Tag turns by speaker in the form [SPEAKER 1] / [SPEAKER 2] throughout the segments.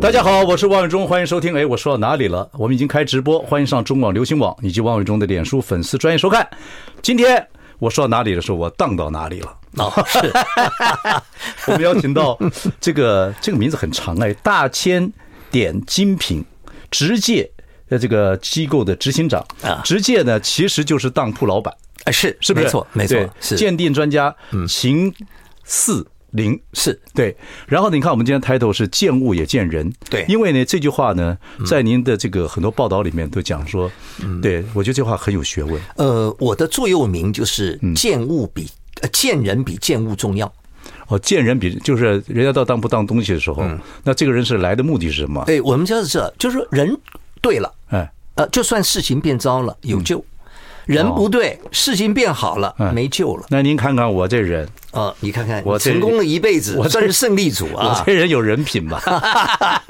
[SPEAKER 1] 大家好，我是王伟忠，欢迎收听。哎，我说到哪里了？我们已经开直播，欢迎上中广流行网以及王伟忠的脸书粉丝专业收看。今天我说到哪里的时候，我荡到哪里了？
[SPEAKER 2] 哦，是
[SPEAKER 1] 我们邀请到这个 这个名字很长哎，大千点精品直介的这个机构的执行长
[SPEAKER 2] 啊
[SPEAKER 1] 直介呢其实就是当铺老板，
[SPEAKER 2] 哎是
[SPEAKER 1] 是不是？
[SPEAKER 2] 没错没错
[SPEAKER 1] 对
[SPEAKER 2] 是嗯
[SPEAKER 1] 鉴定专家秦四零。
[SPEAKER 2] 是
[SPEAKER 1] 对，然后你看，我们今天抬头是见物也见人，
[SPEAKER 2] 对嗯
[SPEAKER 1] 因为呢这句话呢，在您的这个很多报道里面都讲说，对我觉得这话很有学问，
[SPEAKER 2] 呃，我的座右铭就是
[SPEAKER 1] 嗯
[SPEAKER 2] 见物比、呃见人比见物重要。
[SPEAKER 1] 哦，见人比就是人家到当铺当东西的时候，
[SPEAKER 2] 嗯
[SPEAKER 1] 那这个人是来的目的是什么？
[SPEAKER 2] 哎，我们就是这，就是说人对了，
[SPEAKER 1] 哎，
[SPEAKER 2] 呃，就算事情变糟了
[SPEAKER 1] 嗯
[SPEAKER 2] 有救；人
[SPEAKER 1] 哦
[SPEAKER 2] 不对，事情变好了没救了。
[SPEAKER 1] 那您看看我这人，
[SPEAKER 2] 呃，你看看，
[SPEAKER 1] 嗯我这
[SPEAKER 2] 成功了一辈子
[SPEAKER 1] 我，这
[SPEAKER 2] 算是胜利组
[SPEAKER 1] 我
[SPEAKER 2] 啊。
[SPEAKER 1] 这人有人品吧？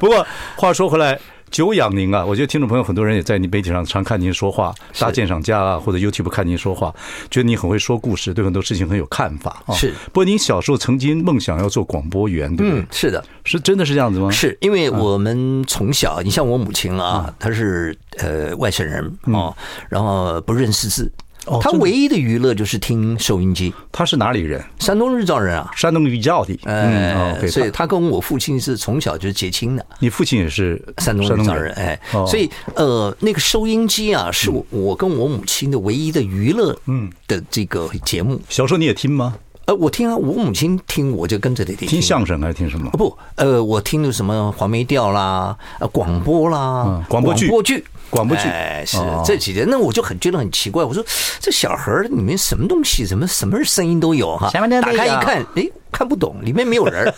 [SPEAKER 1] 不过话说回来，久仰您啊，我觉得听众朋友很多人也在你媒体上常看您说话，大鉴赏家啊，或者 YouTube 看您说话，觉得你很会说故事，对很多事情很有看法啊。
[SPEAKER 2] 是
[SPEAKER 1] 不过您小时候曾经梦想要做广播员，对不对？
[SPEAKER 2] 嗯，是的，
[SPEAKER 1] 是真的是这样子吗？
[SPEAKER 2] 是因
[SPEAKER 1] 嗯
[SPEAKER 2] 为我们从小，你像我母亲啊，她是呃外省人哦，然后不认识字，
[SPEAKER 1] 嗯哦
[SPEAKER 2] 她
[SPEAKER 1] 真的
[SPEAKER 2] 唯一的娱乐就是听收音机。
[SPEAKER 1] 他是哪里人？
[SPEAKER 2] 山东日照人啊，
[SPEAKER 1] 山东榆教的。
[SPEAKER 2] 哎，
[SPEAKER 1] 哦，对，
[SPEAKER 2] 所以
[SPEAKER 1] 他
[SPEAKER 2] 他跟我父亲是从小就是结亲的，
[SPEAKER 1] 你父亲也是
[SPEAKER 2] 山东人
[SPEAKER 1] 山
[SPEAKER 2] 上
[SPEAKER 1] 东
[SPEAKER 2] 人，哎，
[SPEAKER 1] 哦嗯
[SPEAKER 2] 所以呃，那个收音机啊，是我我跟我母亲的唯一的娱乐嗯的这个节目，
[SPEAKER 1] 小时候你也听吗？
[SPEAKER 2] 呃，我听啊，我母亲听我就跟着得听，
[SPEAKER 1] 听相声还是听什么
[SPEAKER 2] 啊？不，呃，我听的什么黄梅调啦，呃，广播啦，
[SPEAKER 1] 嗯广播剧
[SPEAKER 2] 广播剧。
[SPEAKER 1] 广播剧
[SPEAKER 2] 哎，是
[SPEAKER 1] 哦
[SPEAKER 2] 这几天，那我就很觉得很奇怪。我说这小孩儿里面什么东西，什么什么声音都有哈，
[SPEAKER 3] 什么都
[SPEAKER 2] 打
[SPEAKER 3] 得
[SPEAKER 2] 开一
[SPEAKER 3] 有
[SPEAKER 2] 看，哎，看不懂，里面没有人儿。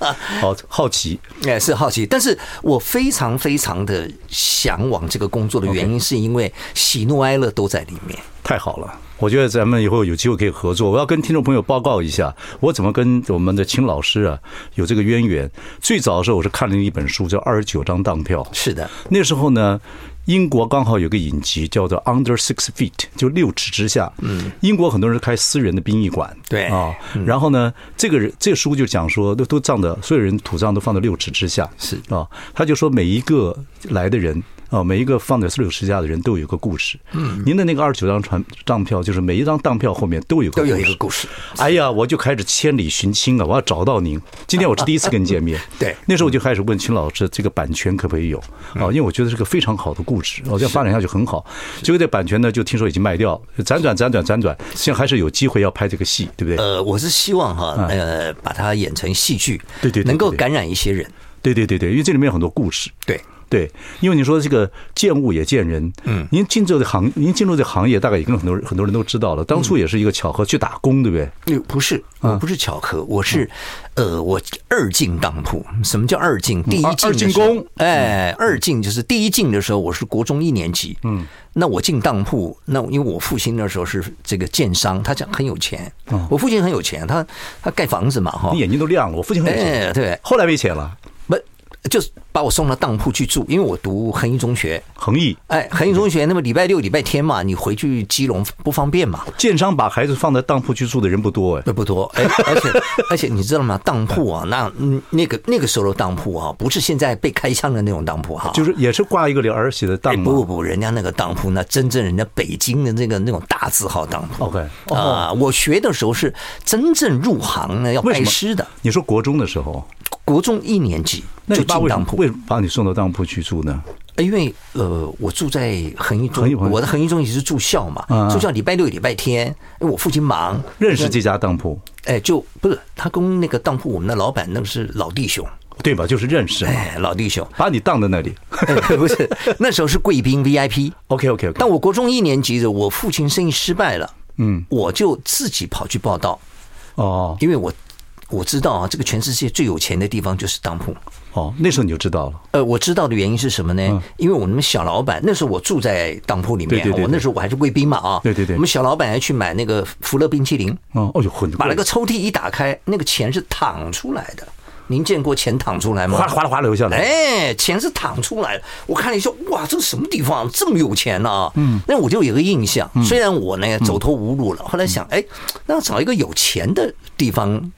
[SPEAKER 1] 好好奇，
[SPEAKER 2] 哎，是好奇，但是我非常非常的向往这个工作的原因，是因为喜怒哀乐都在里面。
[SPEAKER 1] 太好了，我觉得咱们以后有机会可以合作。我要跟听众朋友报告一下，我怎么跟我们的秦老师啊有这个渊源。最早的时候，我是看了一本书，叫《二十九张当票》。
[SPEAKER 2] 是的，
[SPEAKER 1] 那时候呢，英国刚好有个影集叫做《Under Six Feet》，就六尺之下。嗯，英国很多人是开私人的殡仪馆。
[SPEAKER 2] 对嗯
[SPEAKER 1] 啊，然后呢，这个人这个书就讲说，都都葬的所有人土葬都放到六尺之下。
[SPEAKER 2] 是
[SPEAKER 1] 啊，他就说每一个来的人。啊，每一个放在六尺之下的人都有一个故事。嗯，您的那个二十九张传账票，就是每一张当票后面都有个
[SPEAKER 2] 都有一
[SPEAKER 1] 故
[SPEAKER 2] 个
[SPEAKER 1] 事
[SPEAKER 2] 故事。，
[SPEAKER 1] 哎呀，我就开始千里寻亲啊，我要找到您。今天我是第一次跟你见面
[SPEAKER 2] 对嗯
[SPEAKER 1] 那时候我就开始问秦老师，这个版权可不可以有啊？因为我觉得是个非常好的故事，哦，这样发展下去很好。结果这版权呢，就听说已经卖掉，辗转辗转辗转，现在还是有机会要拍这个戏，对不对？
[SPEAKER 2] 呃，我是希望哈，呃，把它演成戏剧，
[SPEAKER 1] 嗯对对对对
[SPEAKER 2] 能够
[SPEAKER 1] 对
[SPEAKER 2] 感染一些人。
[SPEAKER 1] 对对对对，因为这里面有很多故事。
[SPEAKER 2] 对，
[SPEAKER 1] 对，因为你说这个见物也见人，嗯，您进这个行，您进入这个行业，大概也跟很多人很多人都知道了。当
[SPEAKER 2] 嗯
[SPEAKER 1] 初也是一个巧合，去打工，对不对？
[SPEAKER 2] 呃不是，
[SPEAKER 1] 嗯
[SPEAKER 2] 我不是巧合，我是，呃，我二进当铺。什么叫二进？第一
[SPEAKER 1] 嗯
[SPEAKER 2] 进
[SPEAKER 1] 二
[SPEAKER 2] 的
[SPEAKER 1] 二进
[SPEAKER 2] 时候
[SPEAKER 1] 宫嗯
[SPEAKER 2] 哎，二进就是第一进的时候，我是国中一年级。嗯，那我进当铺，那因为我父亲那时候是这个建商，他讲很有钱。我父亲很有钱，他他盖房子嘛，哈
[SPEAKER 1] 嗯你。眼睛都亮了，我父亲很有钱，
[SPEAKER 2] 哦哎，对，
[SPEAKER 1] 后来没钱了，
[SPEAKER 2] 不就是把我送到当铺去住，因为我读恒一中学。
[SPEAKER 1] 恒毅。
[SPEAKER 2] 哎，恒一中学，那么礼拜六、礼拜天嘛，你回去基隆不方便嘛。
[SPEAKER 1] 建商把孩子放在当铺去住的人不多哎，
[SPEAKER 2] 那不多， 哎，而且而且你知道吗？当铺啊，那嗯那个那个时候的当铺啊，不是现在被开枪的那种当铺哈、
[SPEAKER 1] 就是也是挂一个儿媳的当
[SPEAKER 2] 哎不
[SPEAKER 1] 嘛
[SPEAKER 2] 不。不，人家那个当铺，那真正人家北京的那个那种大字号当铺。
[SPEAKER 1] OK，
[SPEAKER 2] 啊，我学的时候是真正入行呢，要
[SPEAKER 1] 为什
[SPEAKER 2] 拜
[SPEAKER 1] 么
[SPEAKER 2] 师的，
[SPEAKER 1] 你说国中的时候，
[SPEAKER 2] 国中一年级
[SPEAKER 1] 那
[SPEAKER 2] 就
[SPEAKER 1] 你爸
[SPEAKER 2] 进
[SPEAKER 1] 为什
[SPEAKER 2] 当
[SPEAKER 1] 么
[SPEAKER 2] 铺。
[SPEAKER 1] 为什么把你送到当铺去住呢？
[SPEAKER 2] 哎因为呃，我住在恒一中
[SPEAKER 1] 恒一，朋友
[SPEAKER 2] 我的恒一中也是住校嘛，
[SPEAKER 1] 嗯嗯
[SPEAKER 2] 住校礼拜六、礼拜天，因为我父亲忙，
[SPEAKER 1] 认识这家当铺
[SPEAKER 2] 哎，就不是他跟那个当铺我们的老板那个是老弟兄，
[SPEAKER 1] 对吧？就是认识嘛，
[SPEAKER 2] 哎，老弟兄，
[SPEAKER 1] 把你当在那里。
[SPEAKER 2] 哎 不是，那时候是贵宾 VIP。
[SPEAKER 1] OK OK OK，
[SPEAKER 2] 但我国中一年级的时候，我父亲生意失败了，
[SPEAKER 1] 嗯
[SPEAKER 2] 我就自己跑去报道，
[SPEAKER 1] 哦，
[SPEAKER 2] 因为我我知道啊，这个全世界最有钱的地方就是当铺。
[SPEAKER 1] 哦，那时候你就知道了。
[SPEAKER 2] 呃，我知道的原因是什么呢？
[SPEAKER 1] 嗯
[SPEAKER 2] 因为我们小老板那时候我住在当铺里面，
[SPEAKER 1] 对对对对
[SPEAKER 2] 我那时候我还是贵宾嘛啊，
[SPEAKER 1] 对对对
[SPEAKER 2] 我们小老板还去买那个福乐冰淇淋，
[SPEAKER 1] 哦，哦呦，很
[SPEAKER 2] 把那个抽屉一打开，那个钱是淌出来的。您见过钱淌出来吗？
[SPEAKER 1] 哗啦哗啦哗啦流下来。
[SPEAKER 2] 哎，钱是淌出来的。我看了一下，哇，这什么地方这么有钱呢、啊？嗯，那我就有个印象，虽然我呢走投无路了，后来想，哎，那找一个有钱的地方。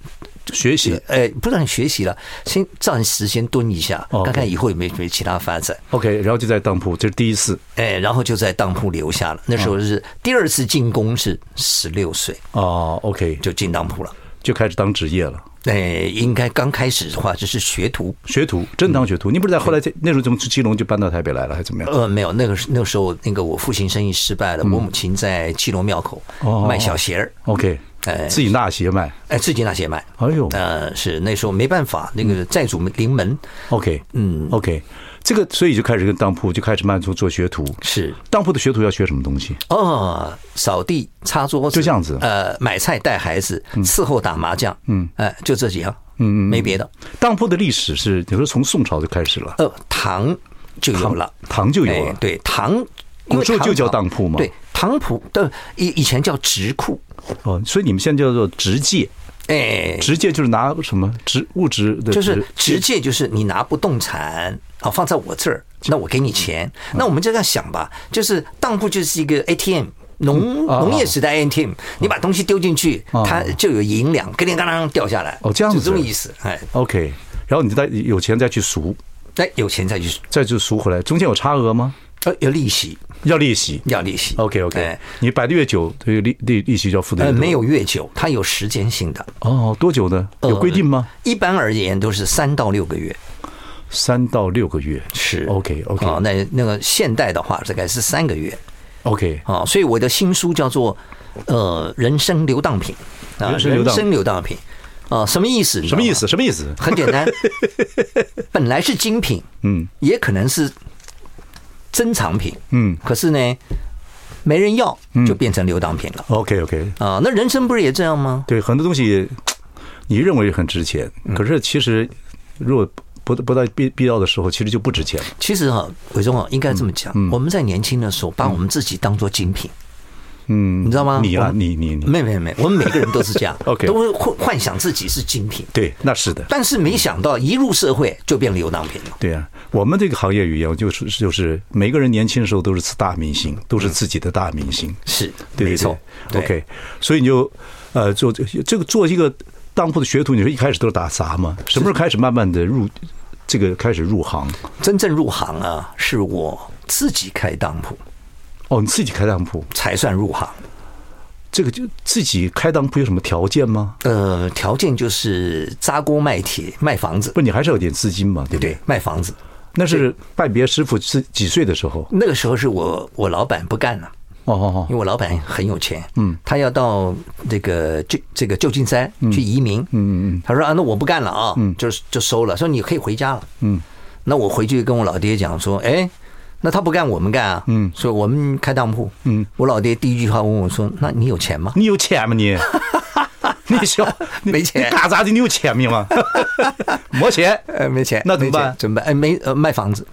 [SPEAKER 1] 学习
[SPEAKER 2] 哎，不然学习了，先暂时先蹲一下，
[SPEAKER 1] 哦
[SPEAKER 2] 看看以后有没有没有其他发展。
[SPEAKER 1] ，OK，然后就在当铺，这是第一次
[SPEAKER 2] 哎，然后就在当铺留下了。那时候是第二次进宫是十六岁
[SPEAKER 1] 哦，OK，就
[SPEAKER 2] 就进当铺了。
[SPEAKER 1] 就开始当职业了，
[SPEAKER 2] 哎，应该刚开始的话就是学徒，
[SPEAKER 1] 学徒，真当
[SPEAKER 2] 嗯
[SPEAKER 1] 学徒。你不是在后来在那时候从基隆就搬到台北来了，还是怎么样？
[SPEAKER 2] 呃，没有，那个时那个时候，那个我父亲生意失败了，我母亲在七龙庙口
[SPEAKER 1] 嗯哦
[SPEAKER 2] 卖小鞋儿，
[SPEAKER 1] OK，
[SPEAKER 2] 哎
[SPEAKER 1] 自己纳鞋卖。
[SPEAKER 2] 哎，自己拿鞋卖。
[SPEAKER 1] 哎呦嗯
[SPEAKER 2] 呃，是那时候没办法，那个债主临门，
[SPEAKER 1] ，OK，
[SPEAKER 2] 嗯
[SPEAKER 1] ，OK，这个所以就开始跟当铺就开始慢慢做学徒。
[SPEAKER 2] 是
[SPEAKER 1] 当铺的学徒要学什么东西？
[SPEAKER 2] 哦，扫地、擦桌子，
[SPEAKER 1] 就这样子嗯
[SPEAKER 2] 呃，买菜、带孩子、伺候、打麻将，嗯，哎、就这几样，嗯嗯，没别的。
[SPEAKER 1] 当铺的历史是，你说从宋朝就开始了，
[SPEAKER 2] 呃，糖就有了，
[SPEAKER 1] 唐就有
[SPEAKER 2] 哎
[SPEAKER 1] 了。
[SPEAKER 2] 对，糖，因
[SPEAKER 1] 古
[SPEAKER 2] 为
[SPEAKER 1] 时候
[SPEAKER 2] 糖
[SPEAKER 1] 就叫
[SPEAKER 2] 厂
[SPEAKER 1] 当铺嘛
[SPEAKER 2] 对，糖铺的以以前叫直库，
[SPEAKER 1] 哦，所以你们现在叫做直借，
[SPEAKER 2] 哎，
[SPEAKER 1] 直借就是拿什么直物质的，
[SPEAKER 2] 就是直接就是你拿不动产啊放在我这儿，那我给你钱。
[SPEAKER 1] 嗯
[SPEAKER 2] 那我们就这样想吧，就是当铺就是一个 ATM。农
[SPEAKER 1] 啊
[SPEAKER 2] 农业时代 ATM，你把东西丢进去，
[SPEAKER 1] 啊
[SPEAKER 2] 它就有银两，咯铃嘎啷掉下来。
[SPEAKER 1] 哦这样子
[SPEAKER 2] 就这么意思。哎，
[SPEAKER 1] OK，然后你再有钱再去赎，
[SPEAKER 2] 那有钱再去，
[SPEAKER 1] 再去赎回来，中间有差额吗？
[SPEAKER 2] 呃，有利息，
[SPEAKER 1] 要利息。
[SPEAKER 2] 要利息。
[SPEAKER 1] OK OK，
[SPEAKER 2] 哎
[SPEAKER 1] 你摆的越久，这个利利利息就要付的
[SPEAKER 2] 呃，
[SPEAKER 1] 越多。
[SPEAKER 2] 没有越久，它有时间性的。呃
[SPEAKER 1] 哦，多久呢？有规定吗？
[SPEAKER 2] 一般而言都是三到六个月。
[SPEAKER 1] 三到六个月。
[SPEAKER 2] 是
[SPEAKER 1] OK OK
[SPEAKER 2] 哦，那那个现代的话，大概是三个月。
[SPEAKER 1] OK，
[SPEAKER 2] 啊，所以我的新书叫做呃《人生流荡品》啊，
[SPEAKER 1] 人生流
[SPEAKER 2] 人
[SPEAKER 1] 荡
[SPEAKER 2] 生流荡品啊，什么意思？
[SPEAKER 1] 什么意？思？什么意思？
[SPEAKER 2] 很 简单，本来是精品，
[SPEAKER 1] 嗯，
[SPEAKER 2] 也可能是珍藏品，
[SPEAKER 1] 嗯
[SPEAKER 2] 可是呢，没人要，就变成流荡品了。
[SPEAKER 1] ，OK OK，
[SPEAKER 2] 啊，那人生不是也这样吗？
[SPEAKER 1] 对，很多东西你认为很值钱，
[SPEAKER 2] 嗯
[SPEAKER 1] 可是其实如果不不到必必要的时候，其实就不值钱了。
[SPEAKER 2] 其实哈、伟忠啊，应该这么讲，我们在年轻的时候，把我们自己当做精品，
[SPEAKER 1] 嗯，
[SPEAKER 2] 你知道吗？
[SPEAKER 1] 你
[SPEAKER 2] 我
[SPEAKER 1] 啊，
[SPEAKER 2] 们
[SPEAKER 1] 你你你，
[SPEAKER 2] 没没没，我们每个人都是这样
[SPEAKER 1] OK
[SPEAKER 2] 都会幻幻想自己是精品，
[SPEAKER 1] 对，那是的。
[SPEAKER 2] 但是没想到一入社会就变流浪品了。
[SPEAKER 1] 对呀、我们这个行业语言就是就是每个人年轻的时候都是大明星，都是自己的大明星，
[SPEAKER 2] 是，
[SPEAKER 1] 对
[SPEAKER 2] 嗯没错
[SPEAKER 1] 对。对 OK，所以你就呃做这这个做一个当铺的学徒，你说一开始都是打杂嘛？什么时候开始慢慢的入这个开始入行？
[SPEAKER 2] 真正入行啊，是我自己开当铺
[SPEAKER 1] 哦，你自己开当铺，
[SPEAKER 2] 才算入行。
[SPEAKER 1] 这个就自己开当铺有什么条件吗？
[SPEAKER 2] 呃，条件就是砸锅卖铁卖房子，
[SPEAKER 1] 不，你还是有点资金嘛，对不对？
[SPEAKER 2] 对，卖房子。
[SPEAKER 1] 那是拜别师傅是几岁的时候？
[SPEAKER 2] 那个时候是我我老板不干了，
[SPEAKER 1] 哦哦
[SPEAKER 2] 因为我老板很有钱，嗯，他要到这个旧这个旧金山去移民，嗯嗯嗯，他说啊，那我不干了啊，嗯，就是就收了，说你可以回家了，嗯，那我回去跟我老爹讲说，哎。那他不干，我们干啊！嗯，所以我们开当铺。嗯，我老爹第一句话问我说：“那你有钱吗？”
[SPEAKER 1] 你有钱吗 你？你小你
[SPEAKER 2] 没钱
[SPEAKER 1] 你干啥的？你有钱没 吗？没钱。
[SPEAKER 2] 呃，没钱，
[SPEAKER 1] 那怎么
[SPEAKER 2] 没钱
[SPEAKER 1] 办
[SPEAKER 2] 怎么办？哎，没呃，卖房子。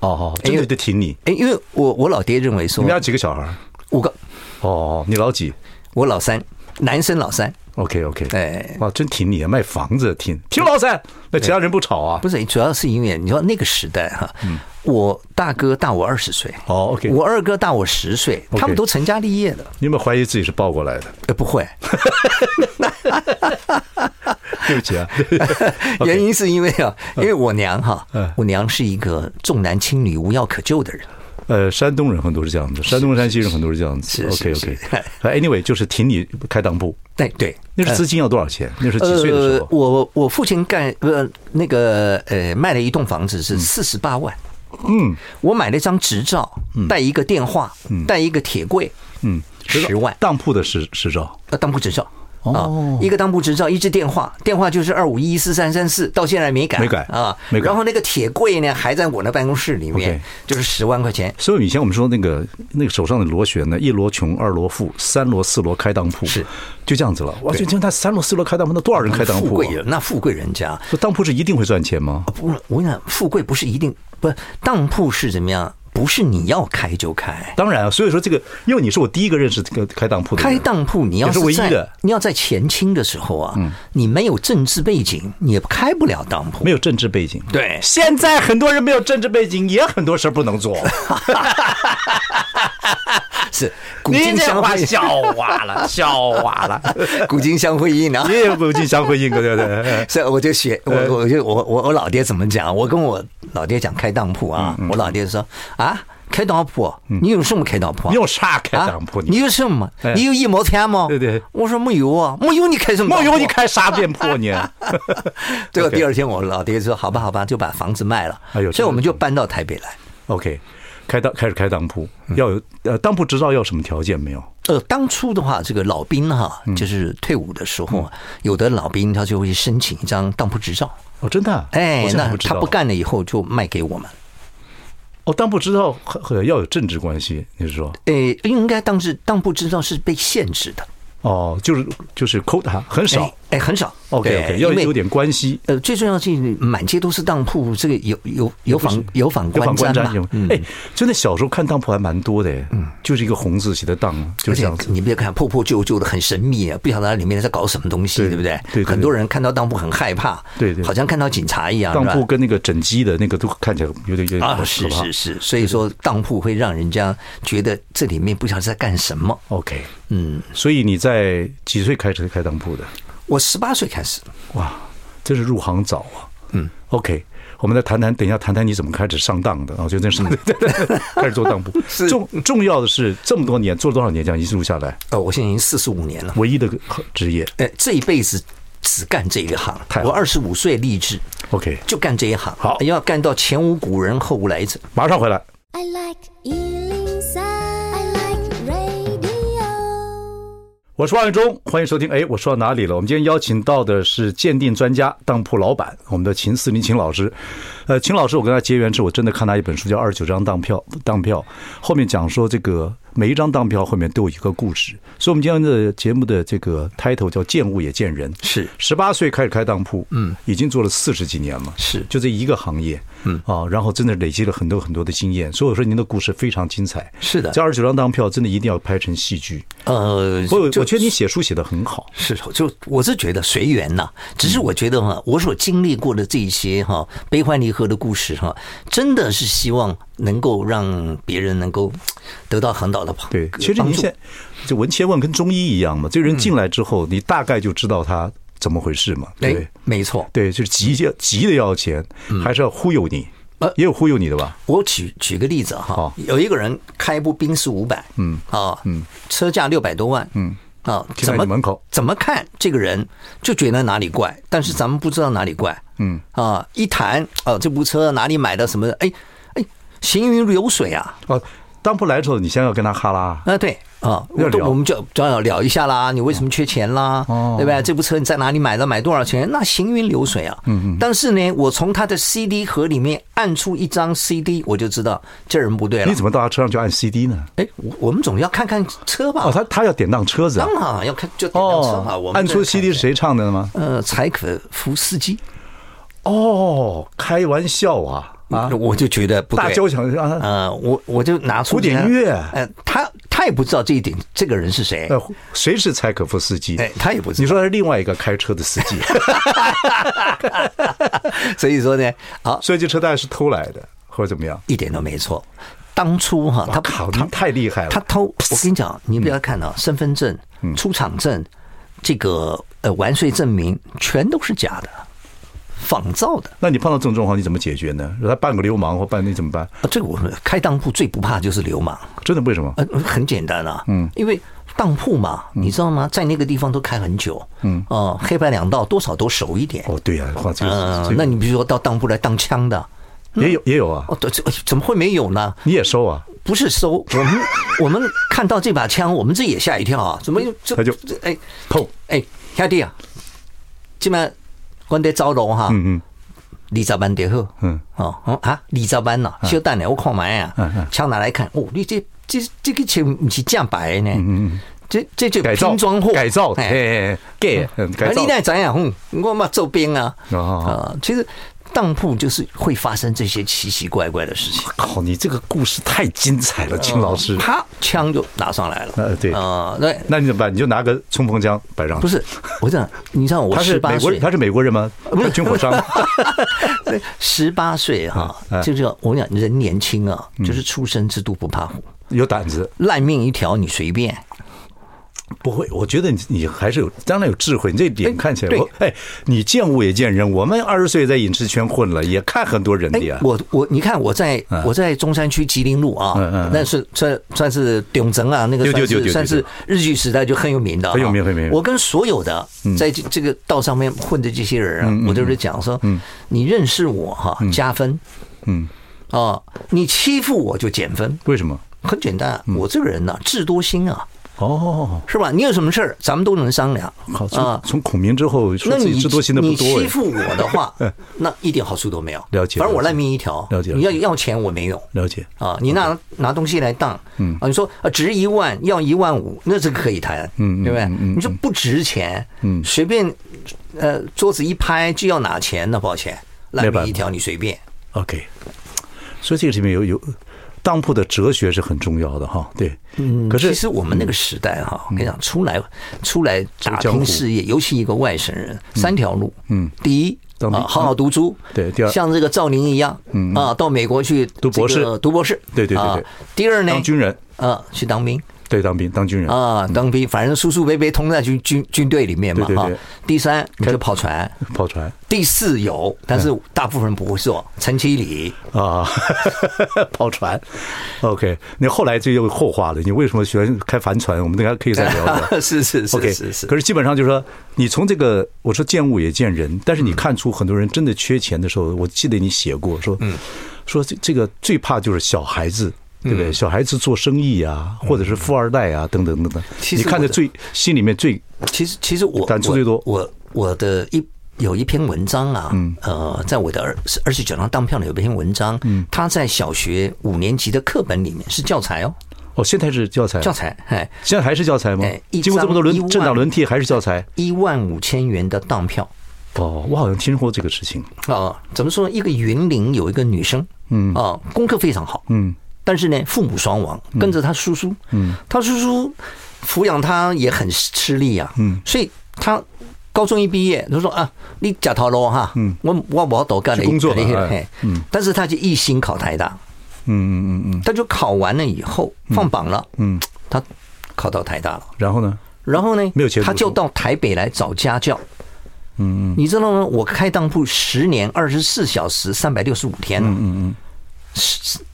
[SPEAKER 1] 哦哦，真的得挺你。
[SPEAKER 2] 哎，因为我我老爹认为
[SPEAKER 1] 你
[SPEAKER 2] 说
[SPEAKER 1] 们，家几个小孩？
[SPEAKER 2] 五个，
[SPEAKER 1] 哦哦，你老几
[SPEAKER 2] 我老三，男生老三，
[SPEAKER 1] ？OK OK，
[SPEAKER 2] 哎，
[SPEAKER 1] 哇，真挺你啊！卖房子挺挺老三，那其他人不吵啊
[SPEAKER 2] 不？是，主要是因为你说那个时代哈，我大哥大我二十岁，
[SPEAKER 1] 嗯哦，OK，
[SPEAKER 2] 我二哥大我十岁，
[SPEAKER 1] OK
[SPEAKER 2] 他们都成家立业了，
[SPEAKER 1] 你有没有怀疑自己是抱过来的？
[SPEAKER 2] 呃，不会，
[SPEAKER 1] 对不起 啊，
[SPEAKER 2] 原因是因为啊，因为我娘哈
[SPEAKER 1] 嗯，
[SPEAKER 2] 我娘是一个重男轻女、无药可救的人，
[SPEAKER 1] 呃，山东人很多是这样子，山东山西人很多是这样子。
[SPEAKER 2] 是
[SPEAKER 1] OK
[SPEAKER 2] 是是
[SPEAKER 1] OK，哎 anyway，就是挺你开当铺，
[SPEAKER 2] 对哎对，
[SPEAKER 1] 那是资金要多少钱？那是几岁的时
[SPEAKER 2] 呃，
[SPEAKER 1] 候？
[SPEAKER 2] 我我父亲干呃那个呃卖了一栋房子是四十八万，
[SPEAKER 1] 嗯，
[SPEAKER 2] 我买了一张执照，带一个电话，带一个铁柜，
[SPEAKER 1] 嗯，
[SPEAKER 2] 十万
[SPEAKER 1] 当铺的时时照。
[SPEAKER 2] 呃，当铺执照。啊
[SPEAKER 1] 哦，
[SPEAKER 2] 一个当铺执照，一支电话，电话就是二五一一四三三四，到现在没改，
[SPEAKER 1] 没改
[SPEAKER 2] 啊，
[SPEAKER 1] 没改
[SPEAKER 2] 然后那个铁柜呢，还在我那办公室里面
[SPEAKER 1] OK，
[SPEAKER 2] 就是十万块钱，
[SPEAKER 1] 所以以前我们说那个那个手上的螺旋呢，一螺穷，二螺富，三螺四螺开当铺，
[SPEAKER 2] 是
[SPEAKER 1] 就这样子了。哇，就就那三螺四螺开当铺，那多少人开当
[SPEAKER 2] 富
[SPEAKER 1] 铺、
[SPEAKER 2] 贵
[SPEAKER 1] 啊？
[SPEAKER 2] 人，那富贵人家，
[SPEAKER 1] 说当铺是一定会赚钱吗？
[SPEAKER 2] 不是，我跟你讲，富贵不是一定不当铺是怎么样，不是你要开就开，
[SPEAKER 1] 当然啊，所以说这个，因为你是我第一个认识这个开当铺的人，
[SPEAKER 2] 开当铺你要
[SPEAKER 1] 也是唯一
[SPEAKER 2] 在
[SPEAKER 1] 的嗯
[SPEAKER 2] 你要在前清的时候啊，你没有政治背景，你也开不了当铺
[SPEAKER 1] 没。有政治背景。
[SPEAKER 2] 对，
[SPEAKER 1] 现在很多人没有政治背景，也很多事儿不能做。
[SPEAKER 2] 是古
[SPEAKER 1] 您
[SPEAKER 2] 今
[SPEAKER 1] 这
[SPEAKER 2] 相
[SPEAKER 1] 话
[SPEAKER 2] 辉，
[SPEAKER 1] 笑话 了，笑话了，
[SPEAKER 2] 古今相辉映啊。
[SPEAKER 1] 你也不进相辉映，对不 对？
[SPEAKER 2] 所以我就学我
[SPEAKER 1] 呃
[SPEAKER 2] 我就我我我老爹怎么讲？我跟我老爹讲开当铺啊，
[SPEAKER 1] 嗯
[SPEAKER 2] 我老爹说啊，开当铺，你有什么开当铺啊？
[SPEAKER 1] 你有啥开
[SPEAKER 2] 啊
[SPEAKER 1] 当铺？
[SPEAKER 2] 你有什么
[SPEAKER 1] 哎？
[SPEAKER 2] 你有一毛钱吗？
[SPEAKER 1] 对对
[SPEAKER 2] 我说没有啊，没有你开什么当
[SPEAKER 1] 梦
[SPEAKER 2] 铺？
[SPEAKER 1] 游你开啥店铺你？
[SPEAKER 2] 结果
[SPEAKER 1] OK
[SPEAKER 2] 第二天我老爹说好吧好吧，就把房子卖了，
[SPEAKER 1] 哎呦
[SPEAKER 2] 所以我们就搬到台北来。
[SPEAKER 1] OK，开当开始开当铺，
[SPEAKER 2] 嗯
[SPEAKER 1] 要有呃当铺执照要有什么条件没有？
[SPEAKER 2] 呃，当初的话，这个老兵哈，
[SPEAKER 1] 嗯
[SPEAKER 2] 就是退伍的时候，啊有的老兵他就会申请一张当铺执照，
[SPEAKER 1] 哦，真的啊？
[SPEAKER 2] 哎
[SPEAKER 1] 我，现在还
[SPEAKER 2] 那
[SPEAKER 1] 知
[SPEAKER 2] 他
[SPEAKER 1] 道
[SPEAKER 2] 不干了以后就卖给我们。
[SPEAKER 1] 哦，当铺执照和和要有政治关系，你是说？
[SPEAKER 2] 诶，呃应该当时当铺执照是被限制的，
[SPEAKER 1] 哦，就是就是扣打很少。
[SPEAKER 2] 哎，很少。
[SPEAKER 1] OK OK，
[SPEAKER 2] 对
[SPEAKER 1] 要
[SPEAKER 2] 因为
[SPEAKER 1] 有点关系。
[SPEAKER 2] 呃，最重要是满街都是当铺，这个有有有反有反
[SPEAKER 1] 有反
[SPEAKER 2] 观
[SPEAKER 1] 观
[SPEAKER 2] 瞻
[SPEAKER 1] 瞻
[SPEAKER 2] 嘛嗯
[SPEAKER 1] 有，，哎，真的小时候看当铺还蛮多的，嗯，就是一个红字写的当，就
[SPEAKER 2] 而
[SPEAKER 1] 是这
[SPEAKER 2] 且
[SPEAKER 1] 样子。
[SPEAKER 2] 你别看破破旧旧的，很神秘啊，不晓得它里面在搞什么东西，
[SPEAKER 1] 对
[SPEAKER 2] 对不对？
[SPEAKER 1] 对对对
[SPEAKER 2] 很多人看到当铺很害怕，
[SPEAKER 1] 对对
[SPEAKER 2] 好像看到警察一样，
[SPEAKER 1] 当
[SPEAKER 2] 是
[SPEAKER 1] 铺
[SPEAKER 2] 吧
[SPEAKER 1] 跟那个整机的那个都看起来有点有点
[SPEAKER 2] 啊，
[SPEAKER 1] 可
[SPEAKER 2] 是
[SPEAKER 1] 怕。
[SPEAKER 2] 是是，所以说当铺会让人家觉得这里面不晓得在干什么。
[SPEAKER 1] OK，
[SPEAKER 2] 嗯，
[SPEAKER 1] 所以你在几岁开始开当铺的？
[SPEAKER 2] 我十八岁开始，
[SPEAKER 1] 哇，真是入行早啊。嗯，OK，我们再谈谈，等一下谈谈你怎么开始上当的啊？就真是
[SPEAKER 2] 嗯
[SPEAKER 1] 开始做当 铺。重重要的是，这么多年做了多少年这样一路下来，
[SPEAKER 2] 呃，我现在已经四十五年了，
[SPEAKER 1] 唯一的职业。
[SPEAKER 2] 呃，这一辈子只干这一行
[SPEAKER 1] 太。好
[SPEAKER 2] 我二十五岁立志
[SPEAKER 1] OK，
[SPEAKER 2] 就干这一行，哎
[SPEAKER 1] 好
[SPEAKER 2] 要干到前无古人后无来者。
[SPEAKER 1] 马上回来。
[SPEAKER 3] I like Ealing Sound. I like radio.
[SPEAKER 1] 我是万永忠，欢迎收听。哎，我说到哪里了？我们今天邀请到的是鉴定专家、当铺老板，我们的秦思林秦老师。呃，秦老师，我跟他结缘是我真的看他一本书叫《二十九张当票》，当票后面讲说这个每一张当票后面都有一个故事，所以我们今天的节目的这个 title 叫“见物也见人”。
[SPEAKER 2] 是
[SPEAKER 1] 十八岁开始开当铺，嗯，已经做了四十几年了，
[SPEAKER 2] 是
[SPEAKER 1] 就这一个行业，嗯啊，然后真的累积了很多很多的经验，所以我说您的故事非常精彩。
[SPEAKER 2] 是的
[SPEAKER 1] 这二十九张当票真的一定要拍成戏剧。
[SPEAKER 2] 呃，
[SPEAKER 1] 我我
[SPEAKER 2] 就
[SPEAKER 1] 觉得你写书写的很好，
[SPEAKER 2] 是，就我是觉得随缘呐、只是我觉得
[SPEAKER 1] 嗯
[SPEAKER 2] 哈、我所经历过的这些哈、悲欢离合的故事哈、真的是希望能够让别人能够得到很好的帮
[SPEAKER 1] 对。其实
[SPEAKER 2] 帮
[SPEAKER 1] 您
[SPEAKER 2] 助嗯
[SPEAKER 1] 现在就文切问跟中医一样嘛，这个人进来之后，你大概就知道他怎么回事嘛，对不对
[SPEAKER 2] 哎，没错，
[SPEAKER 1] 对，就是急要急的要钱，还是要忽悠你
[SPEAKER 2] 呃，
[SPEAKER 1] 也有忽悠你的吧？
[SPEAKER 2] 我举举个例子哈
[SPEAKER 1] 好，
[SPEAKER 2] 有一个人开部宾士五百，嗯啊，嗯，车价六百多万，嗯啊，
[SPEAKER 1] 停在
[SPEAKER 2] 怎么
[SPEAKER 1] 你门口
[SPEAKER 2] 怎么看这个人就觉得哪里怪，但是咱们不知道哪里怪，嗯啊，一谈啊这部车哪里买的什么的，哎哎，行云流水啊，
[SPEAKER 1] 哦，当铺来的时候，你先要跟他哈拉，
[SPEAKER 2] 啊，对啊，
[SPEAKER 1] 要
[SPEAKER 2] 我都
[SPEAKER 1] 聊
[SPEAKER 2] 我们就就要聊一下啦，你为什么缺钱啦？
[SPEAKER 1] 哦
[SPEAKER 2] 对不对？这部车你在哪里买的？买多少钱？那行云流水啊。嗯嗯。但是呢，我从他的 CD 盒里面按出一张 CD，我就知道这人不对了
[SPEAKER 1] 你。怎么到他车上就按 CD 呢？
[SPEAKER 2] 哎，我我们总要看看车吧？
[SPEAKER 1] 哦，他他要典当车子啊
[SPEAKER 2] 当，然要看就点辆车嘛。我们
[SPEAKER 1] 按
[SPEAKER 2] 这
[SPEAKER 1] 出
[SPEAKER 2] 个看
[SPEAKER 1] CD 是谁唱的吗？
[SPEAKER 2] 呃，柴可夫斯基
[SPEAKER 1] 哦，开玩笑啊啊！
[SPEAKER 2] 我就觉得不
[SPEAKER 1] 大
[SPEAKER 2] 对。
[SPEAKER 1] 交响啊，
[SPEAKER 2] 呃，我我就拿出
[SPEAKER 1] 古典
[SPEAKER 2] 这个
[SPEAKER 1] 音乐
[SPEAKER 2] 呃，他他也不知道这一点，这个人是谁，
[SPEAKER 1] 呃，谁是柴可夫斯基？
[SPEAKER 2] 哎，他也不知道。
[SPEAKER 1] 你说他是另外一个开车的司 机，
[SPEAKER 2] 所以说呢，啊，
[SPEAKER 1] 所以这车大概是偷来的，或者怎么样？
[SPEAKER 2] 一点都没错。当初哈、他
[SPEAKER 1] 靠，
[SPEAKER 2] 他
[SPEAKER 1] 您太厉害了！
[SPEAKER 2] 他偷，我跟你讲，你不要看
[SPEAKER 1] 嗯
[SPEAKER 2] 啊，身份证、出厂证、这个呃完税证明，全都是假的，仿造的。
[SPEAKER 1] 那你碰到这种状况，你怎么解决呢？让他扮个流氓或扮你怎么办？
[SPEAKER 2] 啊，这个我们开当铺最不怕就是流氓，
[SPEAKER 1] 真的为什么？
[SPEAKER 2] 呃，很简单啊，嗯，因为当铺嘛，
[SPEAKER 1] 嗯
[SPEAKER 2] 你知道吗，在那个地方都开很久，嗯，哦，黑白两道多少都熟一点，
[SPEAKER 1] 哦哦，对呀、啊，话这个
[SPEAKER 2] 嗯、
[SPEAKER 1] 这个
[SPEAKER 2] 那你比如说到当铺来当枪的，
[SPEAKER 1] 也有也有啊，
[SPEAKER 2] 哦，对，这怎么会没有呢？
[SPEAKER 1] 你也收啊？
[SPEAKER 2] 不是收，我们我们看到这把枪，我们自己也吓一跳啊！怎么又这
[SPEAKER 1] 他就
[SPEAKER 2] 这哎
[SPEAKER 1] 砰，
[SPEAKER 2] 哎兄弟啊，即摆阮伫走路哈，
[SPEAKER 1] 嗯嗯
[SPEAKER 2] 二十万就好，
[SPEAKER 1] 嗯
[SPEAKER 2] 哦哦啊，二十万呐，小等下我看卖
[SPEAKER 1] 嗯嗯
[SPEAKER 2] 啊，枪拿来看，哦，你这这这个枪不是正白的呢，
[SPEAKER 1] 嗯嗯，
[SPEAKER 2] 这这就
[SPEAKER 1] 改造
[SPEAKER 2] 拼装货，
[SPEAKER 1] 改造，
[SPEAKER 2] 哎
[SPEAKER 1] 哎哎，gay，
[SPEAKER 2] 啊
[SPEAKER 1] 改造
[SPEAKER 2] 你，那怎样？嗯，我嘛周边啊，
[SPEAKER 1] 哦
[SPEAKER 2] 啊、其实当铺就是会发生这些奇奇怪怪的事情。
[SPEAKER 1] 靠，你这个故事太精彩
[SPEAKER 2] 呃
[SPEAKER 1] 了，金老师。
[SPEAKER 2] 啪，枪就拿上来了。
[SPEAKER 1] 呃对
[SPEAKER 2] 啊、对，
[SPEAKER 1] 那你怎么办？你就拿个冲锋枪摆上。
[SPEAKER 2] 不是，我讲，你知道我
[SPEAKER 1] 他
[SPEAKER 2] 十
[SPEAKER 1] 是美
[SPEAKER 2] 八
[SPEAKER 1] 国
[SPEAKER 2] 岁呃
[SPEAKER 1] 人，，他是美国人吗？不是军火商。
[SPEAKER 2] 十八岁哈
[SPEAKER 1] 嗯嗯，
[SPEAKER 2] 就是我讲人年轻啊，就是
[SPEAKER 1] 嗯
[SPEAKER 2] 初生之犊不怕虎，
[SPEAKER 1] 有胆子，
[SPEAKER 2] 烂命一条你随便。
[SPEAKER 1] 不会，我觉得你你还是有，当然有智慧。你这脸
[SPEAKER 2] 哎
[SPEAKER 1] 看起来，
[SPEAKER 2] 对
[SPEAKER 1] 我哎，你见物也见人。我们二十岁在影视圈混了，也看很多人的
[SPEAKER 2] 哎
[SPEAKER 1] 呀，。
[SPEAKER 2] 我我你看我在
[SPEAKER 1] 嗯
[SPEAKER 2] 我在中山区吉林路啊
[SPEAKER 1] 嗯嗯嗯，
[SPEAKER 2] 那是算算是顶层啊，那个
[SPEAKER 1] 对对
[SPEAKER 2] 算
[SPEAKER 1] 对对
[SPEAKER 2] 是算是日据时代就很有名的啊，
[SPEAKER 1] 很有名很有名嗯
[SPEAKER 2] 我跟所有的在这这个道上面混的这些人啊，我就是讲说，你认识我哈加分，
[SPEAKER 1] 嗯，
[SPEAKER 2] 啊，你欺负我就减分，
[SPEAKER 1] 为什么？
[SPEAKER 2] 很简单，
[SPEAKER 1] 嗯
[SPEAKER 2] 我这个人呐智多星啊，
[SPEAKER 1] 哦，
[SPEAKER 2] 是吧？你有什么事儿，咱们都能商量
[SPEAKER 1] 好，从
[SPEAKER 2] 啊。
[SPEAKER 1] 从孔明之后，说
[SPEAKER 2] 那
[SPEAKER 1] 自己
[SPEAKER 2] 你
[SPEAKER 1] 智多星的不
[SPEAKER 2] 你
[SPEAKER 1] 多
[SPEAKER 2] 欺
[SPEAKER 1] 哎。
[SPEAKER 2] 负我的 话，那一点好处都没有。
[SPEAKER 1] 了解
[SPEAKER 2] 反正我
[SPEAKER 1] 了解
[SPEAKER 2] 烂命一条。
[SPEAKER 1] 了解了
[SPEAKER 2] 你
[SPEAKER 1] 解
[SPEAKER 2] 要要钱我没有
[SPEAKER 1] 了解，
[SPEAKER 2] 啊，你拿拿东西来当，嗯啊，你说啊值一万要一万五，那这个可以谈，
[SPEAKER 1] 嗯嗯
[SPEAKER 2] 对不对
[SPEAKER 1] 嗯嗯？
[SPEAKER 2] 你说不值钱，
[SPEAKER 1] 嗯
[SPEAKER 2] 随便呃桌子一拍就要拿钱，那不好钱，烂
[SPEAKER 1] 没办
[SPEAKER 2] 命
[SPEAKER 1] 法
[SPEAKER 2] 一条你随便。
[SPEAKER 1] OK，所以这个里面有有当铺的哲学是很重要的哈。对，嗯可是嗯
[SPEAKER 2] 其实我们那个时代哈、我跟你讲，出来出来打
[SPEAKER 1] 江湖
[SPEAKER 2] 拼事业，尤其一个外省人，三条路。
[SPEAKER 1] 嗯，
[SPEAKER 2] 第一。
[SPEAKER 1] 当兵
[SPEAKER 2] 啊，好好读书。
[SPEAKER 1] 对第二
[SPEAKER 2] 像这个赵宁一样，嗯啊，到美国去
[SPEAKER 1] 读博士
[SPEAKER 2] 这个读博士。
[SPEAKER 1] 对对对
[SPEAKER 2] 啊
[SPEAKER 1] 对
[SPEAKER 2] 第二呢，
[SPEAKER 1] 当军人，
[SPEAKER 2] 啊，去当兵
[SPEAKER 1] 对，当兵当军人，
[SPEAKER 2] 啊，当兵，反正舒舒服服通在军军军队里面嘛
[SPEAKER 1] 对对
[SPEAKER 2] 哈
[SPEAKER 1] 对。
[SPEAKER 2] 第三，你就跑船。
[SPEAKER 1] 跑船
[SPEAKER 2] 第四有，但
[SPEAKER 1] 嗯
[SPEAKER 2] 是大部分人不会做。陈其 礼，
[SPEAKER 1] 啊，跑船。OK，你后来这又后话了，你为什么喜欢开帆船？我们等一下可以再聊聊。
[SPEAKER 2] 是是
[SPEAKER 1] OK，
[SPEAKER 2] 是是是。
[SPEAKER 1] 可是基本上就是说，你从这个我说见物也见人，但是你看出很多人真的缺钱的时候，我记得你写过说，
[SPEAKER 2] 嗯
[SPEAKER 1] 说这这个最怕就是小孩子。对不对？
[SPEAKER 2] 嗯
[SPEAKER 1] 小孩子做生意啊，或者是富二代啊，等等等等，
[SPEAKER 2] 其
[SPEAKER 1] 你
[SPEAKER 2] 实
[SPEAKER 1] 看
[SPEAKER 2] 我
[SPEAKER 1] 的
[SPEAKER 2] 的
[SPEAKER 1] 最心里面最
[SPEAKER 2] 其实其实我
[SPEAKER 1] 感触最多
[SPEAKER 2] 我我我的一有一篇文章啊，呃，在我的二二十九张当票里有一篇文章，嗯，它在小学五年级的课本里面是教材哦，
[SPEAKER 1] 哦，现在是教材，
[SPEAKER 2] 教材，哎，
[SPEAKER 1] 现在还是教材吗
[SPEAKER 2] 哎？一
[SPEAKER 1] 经过这么多
[SPEAKER 2] 张一
[SPEAKER 1] 轮
[SPEAKER 2] 万
[SPEAKER 1] 政党轮替，还是教材？
[SPEAKER 2] 一万五千元的当票
[SPEAKER 1] 哦，我好像听说过这个事情。
[SPEAKER 2] 啊、怎么说呢？一个云林有一个女生，嗯啊、功课非常好，
[SPEAKER 1] 嗯，
[SPEAKER 2] 但是呢，父母双亡，跟着他叔叔，嗯，他叔叔抚养他也很吃力啊，嗯，所以他高中一毕业，他说啊，你假头路哈，嗯，我我我都干了
[SPEAKER 1] 去工作了哎
[SPEAKER 2] 嗯，但是他就一心考台大，
[SPEAKER 1] 嗯嗯嗯嗯。
[SPEAKER 2] 他就考完了以后放榜了，
[SPEAKER 1] 嗯，
[SPEAKER 2] 他考到台大了，
[SPEAKER 1] 然后呢？
[SPEAKER 2] 然后呢，
[SPEAKER 1] 没有钱读书
[SPEAKER 2] 他就到台北来找家教。嗯，你知道吗？我开当铺十年，二十四小时，三百六十五天、嗯嗯嗯，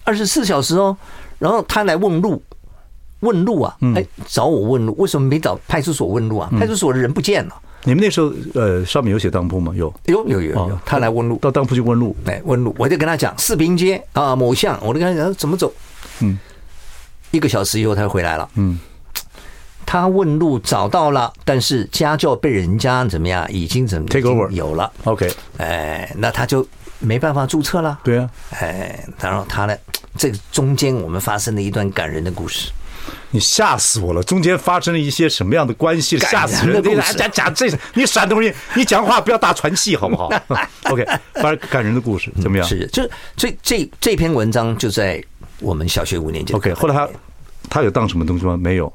[SPEAKER 2] 二十四小时哦。然后他来问路，问路啊，哎，找我问路，为什么没找派出所问路啊？派出所的人不见了。
[SPEAKER 1] 你们那时候呃，上面有写当铺吗？有，
[SPEAKER 2] 有有有有
[SPEAKER 1] 哦，
[SPEAKER 2] 他来问路，
[SPEAKER 1] 到当铺去问路。
[SPEAKER 2] 哎，问路，我就跟他讲四平街啊某巷，我就跟他讲怎么走。
[SPEAKER 1] 嗯，
[SPEAKER 2] 一个小时以后他回来了。
[SPEAKER 1] 嗯，
[SPEAKER 2] 他问路找到了，但是家教被人家怎么样，已经怎么
[SPEAKER 1] Take over
[SPEAKER 2] 已经有了，
[SPEAKER 1] OK，
[SPEAKER 2] 哎，那他就没办法注册了。
[SPEAKER 1] 对啊，
[SPEAKER 2] 哎，然后他呢，这个中间我们发生了一段感人的故事。
[SPEAKER 1] 你吓死我了！中间发生了一些什么样的关系，
[SPEAKER 2] 感
[SPEAKER 1] 吓
[SPEAKER 2] 人
[SPEAKER 1] 死人！
[SPEAKER 2] 的
[SPEAKER 1] 你
[SPEAKER 2] 故事
[SPEAKER 1] 讲讲这，你山东人，你讲话不要大喘气好不好 ？OK，反正感人的故事怎么样
[SPEAKER 2] 是，就是这这这篇文章就在我们小学五年级的
[SPEAKER 1] ？OK，后来他他有当什么东西吗？没有，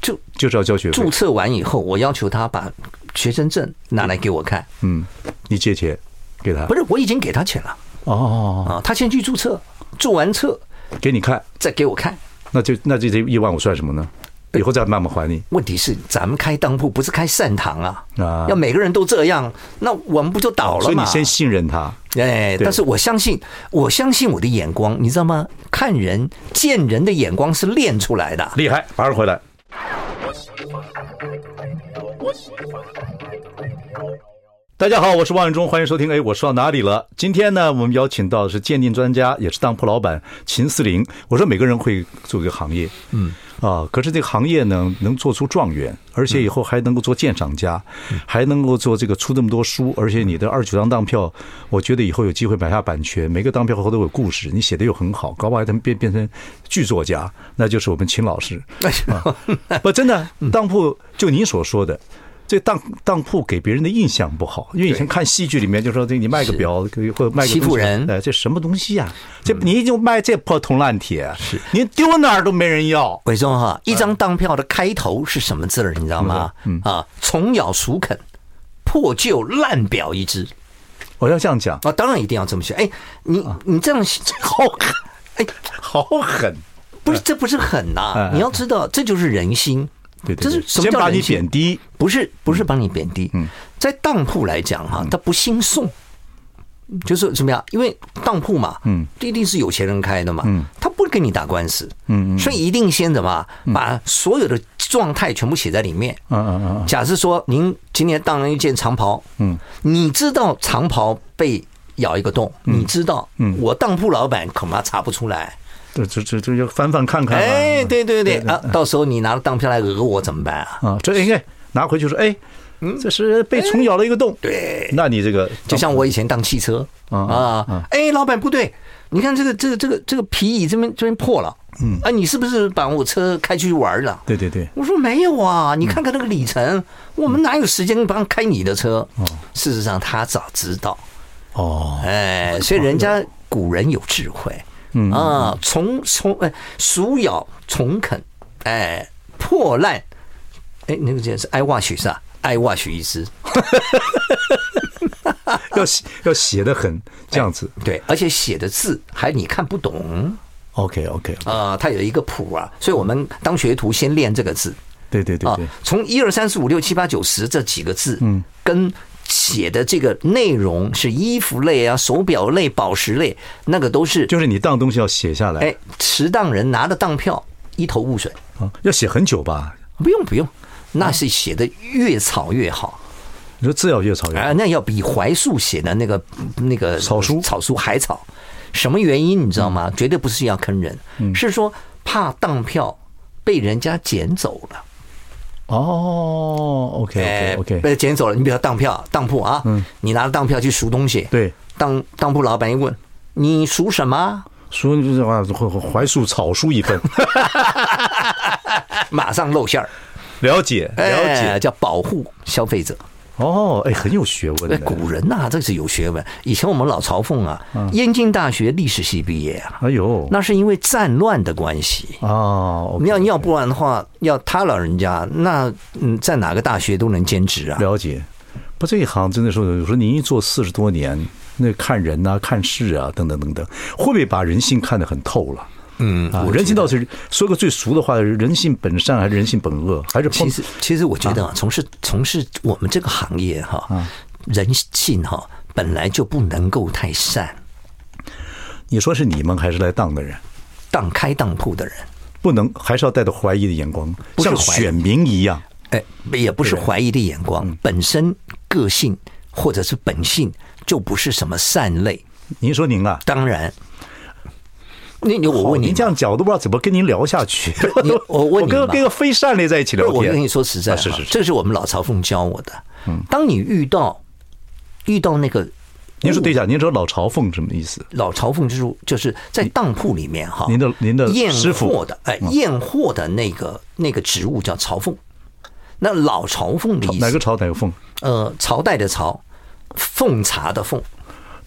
[SPEAKER 2] 就
[SPEAKER 1] 就是要交学费
[SPEAKER 2] 注。册完以后，我要求他把学生证拿来给我看。
[SPEAKER 1] 嗯，你借钱给他。
[SPEAKER 2] 不是，我已经给他钱了
[SPEAKER 1] 哦哦，哦
[SPEAKER 2] 啊，他先去注册，注完册
[SPEAKER 1] 哦给你看，
[SPEAKER 2] 再给我看。
[SPEAKER 1] 那就那这这一万五算什么呢？以后再慢慢还你。
[SPEAKER 2] 问题是，咱们开当铺不是开善堂啊，
[SPEAKER 1] 啊
[SPEAKER 2] 要每个人都这样，那我们不就倒了
[SPEAKER 1] 所以
[SPEAKER 2] 吗？
[SPEAKER 1] 你先信任他。
[SPEAKER 2] 哎，
[SPEAKER 1] 对
[SPEAKER 2] 但是我相信，我相信我的眼光，你知道吗？看人、见人的眼光是练出来的。
[SPEAKER 1] 厉害，马上回来。大家好，我是王永忠，欢迎收听。哎，我说到哪里了？今天呢，我们邀请到的是鉴定专家，也是当铺老板秦思玲。我说每个人会做一个行业，嗯啊，可是这个行业呢，能做出状元，而且以后还能够做鉴赏家，还能够做这个出这么多书，而且你的二十九张当票，我觉得以后有机会买下版权，每个当票后都有故事，你写的又很好，搞不好他们变变成剧作家，那就是我们秦老师。啊， 不，真的，当铺就您所说的。这当当铺给别人的印象不好，因为以前看戏剧里面就说这你卖个表或者卖个
[SPEAKER 2] 欺负
[SPEAKER 1] 东西
[SPEAKER 2] 人嗯
[SPEAKER 1] 哎，这什么东西呀、这你就卖这破铜烂铁，是您丢哪儿都没人要。
[SPEAKER 2] 伟忠
[SPEAKER 1] 嗯
[SPEAKER 2] 哈，一张当票的开头是什么字儿？你知道吗？啊，虫咬鼠啃，破旧烂表一只。
[SPEAKER 1] 我要这样讲，
[SPEAKER 2] 啊，当然一定要这么写。哎，你
[SPEAKER 1] 啊
[SPEAKER 2] 你这样写，这 好看。哎，
[SPEAKER 1] 好狠，
[SPEAKER 2] 不
[SPEAKER 1] 嗯
[SPEAKER 2] 是，这不是狠呐、
[SPEAKER 1] 哎
[SPEAKER 2] 你要知道，这就是人心。
[SPEAKER 1] 对对对
[SPEAKER 2] 这是什么
[SPEAKER 1] 先把
[SPEAKER 2] 叫
[SPEAKER 1] 你
[SPEAKER 2] 人心？
[SPEAKER 1] 贬低，嗯
[SPEAKER 2] 不是不是把你贬低。在当铺来讲哈、他不兴送，就是怎么样？因为当铺嘛，嗯，一定是有钱人开的嘛，嗯，他不跟你打官司，嗯，所以一定先怎么把所有的状态全部写在里面。
[SPEAKER 1] 嗯嗯嗯嗯，
[SPEAKER 2] 假设说您今年当了一件长袍，嗯，你知道长袍被咬一个洞，你知道，嗯，我当铺老板恐怕查不出来。
[SPEAKER 1] 这这这这就翻翻看看、啊。
[SPEAKER 2] 哎，对对对啊，到时候你拿了当票来讹我怎么办 啊？
[SPEAKER 1] 啊，这应该拿回去说，哎，这是被虫咬了一个洞。
[SPEAKER 2] 嗯哎对，
[SPEAKER 1] 那你这个
[SPEAKER 2] 就像我以前当汽车啊，哎，老板不对，你看这个这个这个这个皮椅这边这边破了，嗯，啊，你是不是把我车开去玩了？
[SPEAKER 1] 对对对，
[SPEAKER 2] 我说没有啊，你看看那个里程，我们哪有时间帮开你的车？事实上他早知道，
[SPEAKER 1] 哦，
[SPEAKER 2] 哎，所以人家古人有智慧，嗯啊，虫虫哎，鼠咬虫啃，哎，破烂，哎，那个叫是 I watch 是吧？I watch 一只，
[SPEAKER 1] 要写要写的很这样子。
[SPEAKER 2] 对，而且写的字还你看不懂
[SPEAKER 1] OK OK，
[SPEAKER 2] 啊，它有一个谱啊，所以我们当学徒先练这个字
[SPEAKER 1] 对对对
[SPEAKER 2] 啊
[SPEAKER 1] 对，，
[SPEAKER 2] 从一二三四五六七八九十这几个字，嗯，跟写的这个内容是衣服类啊、手表类、宝石类，那个都是
[SPEAKER 1] 就是你当东西要写下来。
[SPEAKER 2] 哎，持当人拿的当票一头雾水，
[SPEAKER 1] 啊，要写很久吧？
[SPEAKER 2] 不用不用，那是写的越草越好。
[SPEAKER 1] 你说字要越草越
[SPEAKER 2] 啊，那要比槐树写的那个那个
[SPEAKER 1] 草书嗯
[SPEAKER 2] 草书还草。什么原因你知道吗？绝对不是要坑人，是说怕当票被人家捡走了。哎
[SPEAKER 1] 哦，OK OK
[SPEAKER 2] 被
[SPEAKER 1] OK，嗯
[SPEAKER 2] 捡走了。你比如说当票当铺啊，你拿着当票去赎东西，
[SPEAKER 1] 对，
[SPEAKER 2] 当当铺老板一问你赎什么，
[SPEAKER 1] 书就是啊，槐树草书一份，
[SPEAKER 2] 马上露馅儿。
[SPEAKER 1] 了解了
[SPEAKER 2] 哎
[SPEAKER 1] 解。
[SPEAKER 2] 叫保护消费者。
[SPEAKER 1] 哦，哎，很有学问
[SPEAKER 2] 对，
[SPEAKER 1] 的。
[SPEAKER 2] 古人呐、这是有学问。以前我们老嘲讽啊，
[SPEAKER 1] 嗯
[SPEAKER 2] 燕京大学历史系毕业啊，
[SPEAKER 1] 哎呦，
[SPEAKER 2] 那是因为战乱的关系。
[SPEAKER 1] 啊，OK，
[SPEAKER 2] 你要要不然的话，要他老人家那嗯，在哪个大学都能兼职啊？
[SPEAKER 1] 了解。不，这一行真的是，我说您一做四十多年，那看人呐、看事啊，等等等等，会不会把人性看得很透了？
[SPEAKER 2] 嗯，
[SPEAKER 1] 啊，人性到底是说个最俗的话，人性本善还是人性本恶？还是碰
[SPEAKER 2] 其实其实我觉得啊，啊从事从事我们这个行业哈、人性哈、本来就不能够太善，
[SPEAKER 1] 你说是你们还是来当的人？
[SPEAKER 2] 当开当铺的人，
[SPEAKER 1] 不能，还是要带着怀疑的眼光，
[SPEAKER 2] 不是
[SPEAKER 1] 像
[SPEAKER 2] 怀疑
[SPEAKER 1] 选民一样。
[SPEAKER 2] 哎，嗯也不是怀疑的眼光，本身个性或者是本性就不是什么善类。
[SPEAKER 1] 您说您啊，
[SPEAKER 2] 当然，那你我问你
[SPEAKER 1] 您
[SPEAKER 2] 嘛，
[SPEAKER 1] 这样讲，我都不知道怎么跟您聊下去。
[SPEAKER 2] 你我问你
[SPEAKER 1] 跟
[SPEAKER 2] 嘛
[SPEAKER 1] 跟个非善类在一起聊
[SPEAKER 2] 不是
[SPEAKER 1] 天。
[SPEAKER 2] 我跟你说实在、
[SPEAKER 1] 啊是嗯是是
[SPEAKER 2] 这是我们老嘲讽教我的。当你遇到遇到那个
[SPEAKER 1] 您说对一下，您说老嘲讽什么意思？
[SPEAKER 2] 老嘲讽之术，就是在当铺里面哈，
[SPEAKER 1] 您的您的
[SPEAKER 2] 验
[SPEAKER 1] 师傅嗯
[SPEAKER 2] 货的哎，验货的那个那个职务叫嘲讽。那老嘲讽的意
[SPEAKER 1] 哪个
[SPEAKER 2] 思，
[SPEAKER 1] 朝哪个凤？
[SPEAKER 2] 呃，朝代的朝，奉茶的奉，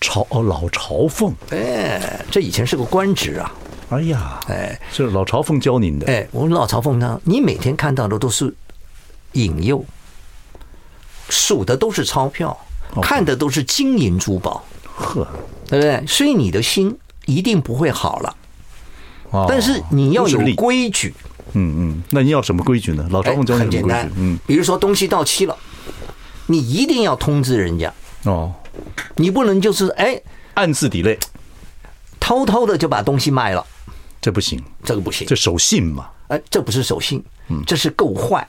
[SPEAKER 1] 嘲哦，老嘲讽。
[SPEAKER 2] 哎，这以前是个官职啊，
[SPEAKER 1] 哎呀，
[SPEAKER 2] 哎
[SPEAKER 1] 是老嘲讽教您的。
[SPEAKER 2] 哎，我们老嘲讽他，你每天看到的都是引诱，数的都是钞票，
[SPEAKER 1] 哦
[SPEAKER 2] 看的都是金银珠宝，
[SPEAKER 1] 呵，
[SPEAKER 2] 对不对？所以你的心一定不会好了，
[SPEAKER 1] 哦
[SPEAKER 2] 但是你要有
[SPEAKER 1] 不是力
[SPEAKER 2] 规矩。
[SPEAKER 1] 嗯嗯，那您要什么规矩呢？老
[SPEAKER 2] 哎
[SPEAKER 1] 嘲讽教
[SPEAKER 2] 很
[SPEAKER 1] 您什
[SPEAKER 2] 简
[SPEAKER 1] 么规
[SPEAKER 2] 单
[SPEAKER 1] 矩？，嗯，
[SPEAKER 2] 比如说东西到期了，你一定要通知人家，
[SPEAKER 1] 哦，
[SPEAKER 2] 你不能就是哎
[SPEAKER 1] 暗自抵赖，
[SPEAKER 2] 偷偷的就把东西卖了，
[SPEAKER 1] 这不行，嗯
[SPEAKER 2] 这个不行
[SPEAKER 1] 这，守信嘛。
[SPEAKER 2] 哎，这不是守信，这是够坏。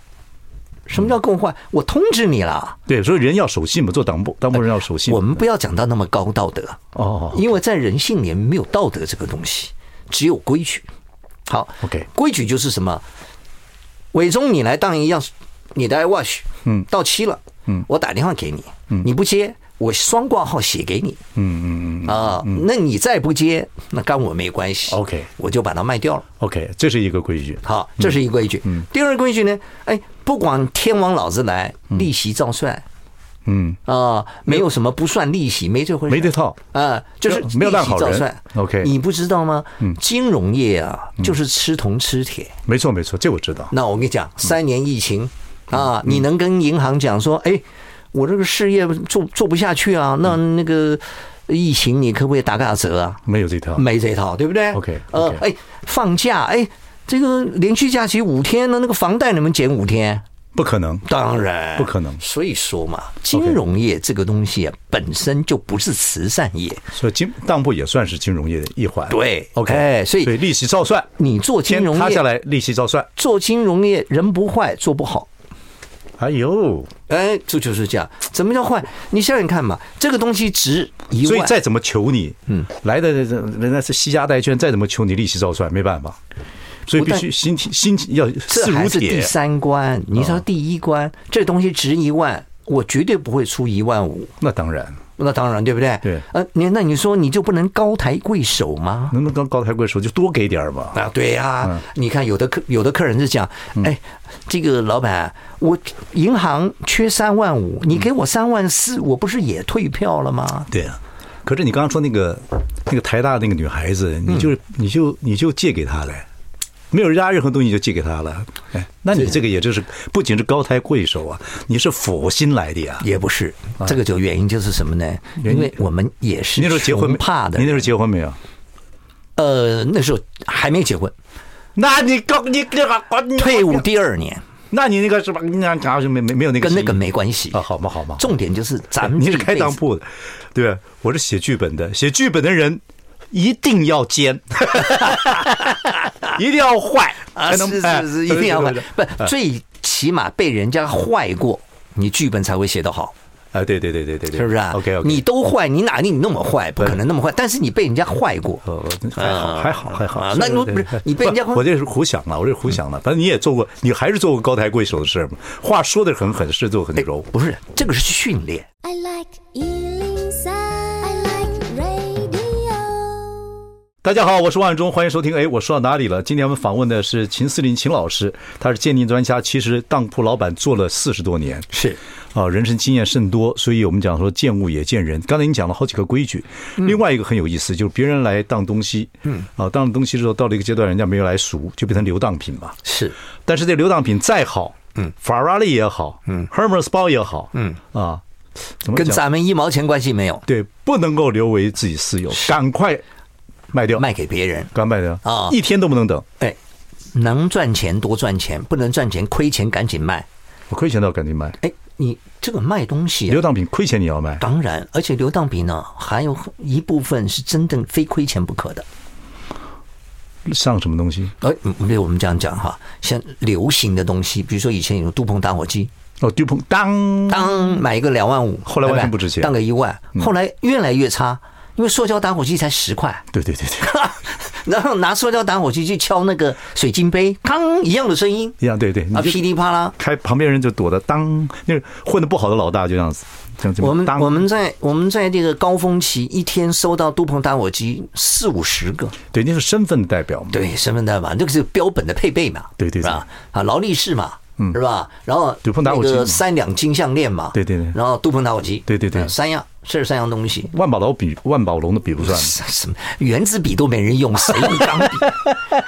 [SPEAKER 2] 什么叫共患？我通知你了。
[SPEAKER 1] 对，所以人要守信嘛，做党部当部人要守信。
[SPEAKER 2] 哎我们不要讲到那么高道德
[SPEAKER 1] 哦
[SPEAKER 2] 因为在人性里面没有道德这个东西，只有规矩。好
[SPEAKER 1] OK
[SPEAKER 2] 规矩就是什么？伟忠，你来当一样，你的 iWatch，嗯，到期了，嗯，我打电话给你，嗯，你不接，我双挂号写给你，嗯嗯嗯啊，那你再不接，那跟我没关系
[SPEAKER 1] OK
[SPEAKER 2] 我就把它卖掉了。
[SPEAKER 1] OK，这是一个规矩。
[SPEAKER 2] 好，这是一规矩。
[SPEAKER 1] 嗯
[SPEAKER 2] 第二个规矩呢，哎，不管天王老子来，利息照算。
[SPEAKER 1] 嗯，
[SPEAKER 2] 啊、没有什么不算利息，没这回事，
[SPEAKER 1] 没这套
[SPEAKER 2] 啊、就是
[SPEAKER 1] 没有烂
[SPEAKER 2] 利息
[SPEAKER 1] 好人
[SPEAKER 2] 照算
[SPEAKER 1] OK 嗯
[SPEAKER 2] 你不知道吗？金融业啊，就是吃铜吃铁。
[SPEAKER 1] 没错没错，这我知道。
[SPEAKER 2] 那我跟你
[SPEAKER 1] 嗯
[SPEAKER 2] 讲，三年疫情啊，你能跟银行讲说，哎，我这个事业做做不下去啊，那
[SPEAKER 1] 嗯
[SPEAKER 2] 那个疫情你可不可以打打折啊？
[SPEAKER 1] 没有这套，
[SPEAKER 2] 没这套，对不对
[SPEAKER 1] OK，OK
[SPEAKER 2] 呃，哎，放假，哎，这个连续假期五天呢，那个房贷能不能减五天？
[SPEAKER 1] 不可能。
[SPEAKER 2] 当然
[SPEAKER 1] 不可能
[SPEAKER 2] 所以说嘛，金融业这个东西啊，本身就不是慈善业。
[SPEAKER 1] 所以金当铺也算是金融业的一环。
[SPEAKER 2] 对
[SPEAKER 1] ，OK，
[SPEAKER 2] 哎所以
[SPEAKER 1] 所以利息照算，
[SPEAKER 2] 你做金
[SPEAKER 1] 先
[SPEAKER 2] 融
[SPEAKER 1] 塌下
[SPEAKER 2] 业，
[SPEAKER 1] 来利息照算。
[SPEAKER 2] 做金融业人不坏，做不好。
[SPEAKER 1] 哎呦，
[SPEAKER 2] 哎，这就是这样。怎么叫坏？你想想看嘛，这个东西值一万，
[SPEAKER 1] 所以再怎么求你，嗯，来的人家是西家带券，再怎么求你利息照算，没办法。所以必须心体心体要
[SPEAKER 2] 这
[SPEAKER 1] 势
[SPEAKER 2] 还
[SPEAKER 1] 如
[SPEAKER 2] 是第
[SPEAKER 1] 铁。
[SPEAKER 2] 三关。你
[SPEAKER 1] 嗯
[SPEAKER 2] 说第一关，这东西值一万，我绝对不会出一万五。
[SPEAKER 1] 那当然，
[SPEAKER 2] 那当然，对不对？
[SPEAKER 1] 对
[SPEAKER 2] 呃，你那你说你就不能高抬贵手吗？
[SPEAKER 1] 能不能高高抬贵手就多给点儿嘛？
[SPEAKER 2] 啊，对呀、
[SPEAKER 1] 嗯
[SPEAKER 2] 你看有的客有的客人是讲，哎，这个老板，我银行缺三万五，你给我三万四，我不是也退票了吗？
[SPEAKER 1] 对啊。可是你刚刚说那个那个台大那个女孩子，你
[SPEAKER 2] 嗯
[SPEAKER 1] 就、你就你就借给她了，没有压任何东西就借给她了。哎，那你这个也就是不仅是高抬贵手啊，你是佛心来的呀。
[SPEAKER 2] 也不是，这个就原因就是什么呢？
[SPEAKER 1] 嗯原因
[SPEAKER 2] 因为我们也是
[SPEAKER 1] 你那时候结婚没
[SPEAKER 2] 穷怕的
[SPEAKER 1] 你，那时候结婚没有？
[SPEAKER 2] 呃，那时候还没结婚，
[SPEAKER 1] 那你高你这个
[SPEAKER 2] 退伍，第二年
[SPEAKER 1] 那你那个是吧？你那啥就没没没有那个
[SPEAKER 2] 跟那个
[SPEAKER 1] 心意
[SPEAKER 2] 没关系
[SPEAKER 1] 啊？。好嘛好嘛，
[SPEAKER 2] 重点就是咱们
[SPEAKER 1] 你
[SPEAKER 2] 嗯这
[SPEAKER 1] 是
[SPEAKER 2] 一
[SPEAKER 1] 开
[SPEAKER 2] 辈
[SPEAKER 1] 当
[SPEAKER 2] 子
[SPEAKER 1] 铺的，对吧？我是写剧本的，写剧本的人一定要 奸，一定要坏
[SPEAKER 2] 啊，
[SPEAKER 1] 才能
[SPEAKER 2] 是
[SPEAKER 1] 哎
[SPEAKER 2] 是是，一定要
[SPEAKER 1] 对哎
[SPEAKER 2] 买
[SPEAKER 1] 对对，
[SPEAKER 2] 不最起码被人家坏过，你剧本才会写得好。
[SPEAKER 1] 啊，对对对对对对，
[SPEAKER 2] 是不是啊
[SPEAKER 1] OK OK，
[SPEAKER 2] 你都坏，你哪里那么坏？不可能那么坏，但是你被人家坏过。
[SPEAKER 1] 呃还好
[SPEAKER 2] 啊
[SPEAKER 1] 还好还好
[SPEAKER 2] 啊，那
[SPEAKER 1] 是
[SPEAKER 2] 你
[SPEAKER 1] 对
[SPEAKER 2] 不是
[SPEAKER 1] 对
[SPEAKER 2] 你被人家嗯
[SPEAKER 1] 不我这是胡想了，我这是胡想了，反正你也做过，你还是做过高抬贵手的事儿嘛，话说的很狠，事做很柔。
[SPEAKER 2] 不是，这个是训练。
[SPEAKER 3] I like Ealing Sound. I like radio.
[SPEAKER 1] 大家好，我是万忠，欢迎收听。哎，我说到哪里了？今天我们访问的是秦思林秦老师，他是鉴定专家，其实当铺老板做了四十多年，
[SPEAKER 2] 是
[SPEAKER 1] 啊，人生经验甚多，所以我们讲说见物也见人。刚才你讲了好几个规矩，
[SPEAKER 2] 嗯
[SPEAKER 1] 另外一个很有意思，就是别人来当东西，嗯，啊，当了东西之后，到了一个阶段，人家没有来赎，就变成流当品嘛。
[SPEAKER 2] 是，
[SPEAKER 1] 但是这流当品再好，嗯，法拉利也好，嗯，Hermes 包也好，嗯，啊，怎么
[SPEAKER 2] 跟
[SPEAKER 1] 讲？
[SPEAKER 2] 咱们一毛钱关系没有，
[SPEAKER 1] 对，不能够留为自己私有，赶快卖掉，
[SPEAKER 2] 卖给别人。
[SPEAKER 1] 赶快卖掉
[SPEAKER 2] 啊
[SPEAKER 1] 一天都不能等。
[SPEAKER 2] 哎，能赚钱多赚钱，不能赚钱亏钱赶紧卖。
[SPEAKER 1] 我亏钱倒赶紧卖，
[SPEAKER 2] 哎，你这个卖东西、
[SPEAKER 1] 流
[SPEAKER 2] 啊。
[SPEAKER 1] 当品亏钱你要卖，
[SPEAKER 2] 当然，而且流当比呢，还有一部分是真正非亏钱不可的。
[SPEAKER 1] 上什么东西？
[SPEAKER 2] 哎，嗯比如我们这样讲哈，像流行的东西，比如说以前有杜鹏打火机，
[SPEAKER 1] 哦，丢碰当，
[SPEAKER 2] 当买一个两万五，
[SPEAKER 1] 后来完全
[SPEAKER 2] 对吧
[SPEAKER 1] 不值钱嗯
[SPEAKER 2] 当个一万，后来越来越差，因为塑胶打火机才十块，
[SPEAKER 1] 对对对对，
[SPEAKER 2] 然后拿塑胶打火机去敲那个水晶杯，康一样的声音
[SPEAKER 1] 一样对对，你
[SPEAKER 2] 啊，
[SPEAKER 1] 就
[SPEAKER 2] 噼里啪啦。
[SPEAKER 1] 开旁边人就躲的当，那个混的不好的老大就这样子，这样子。
[SPEAKER 2] 我们
[SPEAKER 1] 当
[SPEAKER 2] 我们在我们在这个高峰期，一天收到杜鹏打火机四五十个，
[SPEAKER 1] 对，那是身份的代表嘛。
[SPEAKER 2] 对，身份证嘛，这个是标本的配备嘛，
[SPEAKER 1] 对对对
[SPEAKER 2] 是吧？啊，劳力士嘛，嗯，是吧？然后
[SPEAKER 1] 杜鹏打火机
[SPEAKER 2] 那个三两金项链嘛，
[SPEAKER 1] 对对对
[SPEAKER 2] 然后杜鹏打火机，
[SPEAKER 1] 对对对
[SPEAKER 2] 啊三样，这是三样东西，
[SPEAKER 1] 万宝楼比万宝龙的比不算嘛，
[SPEAKER 2] 什么原子笔都没人用，谁 用钢笔？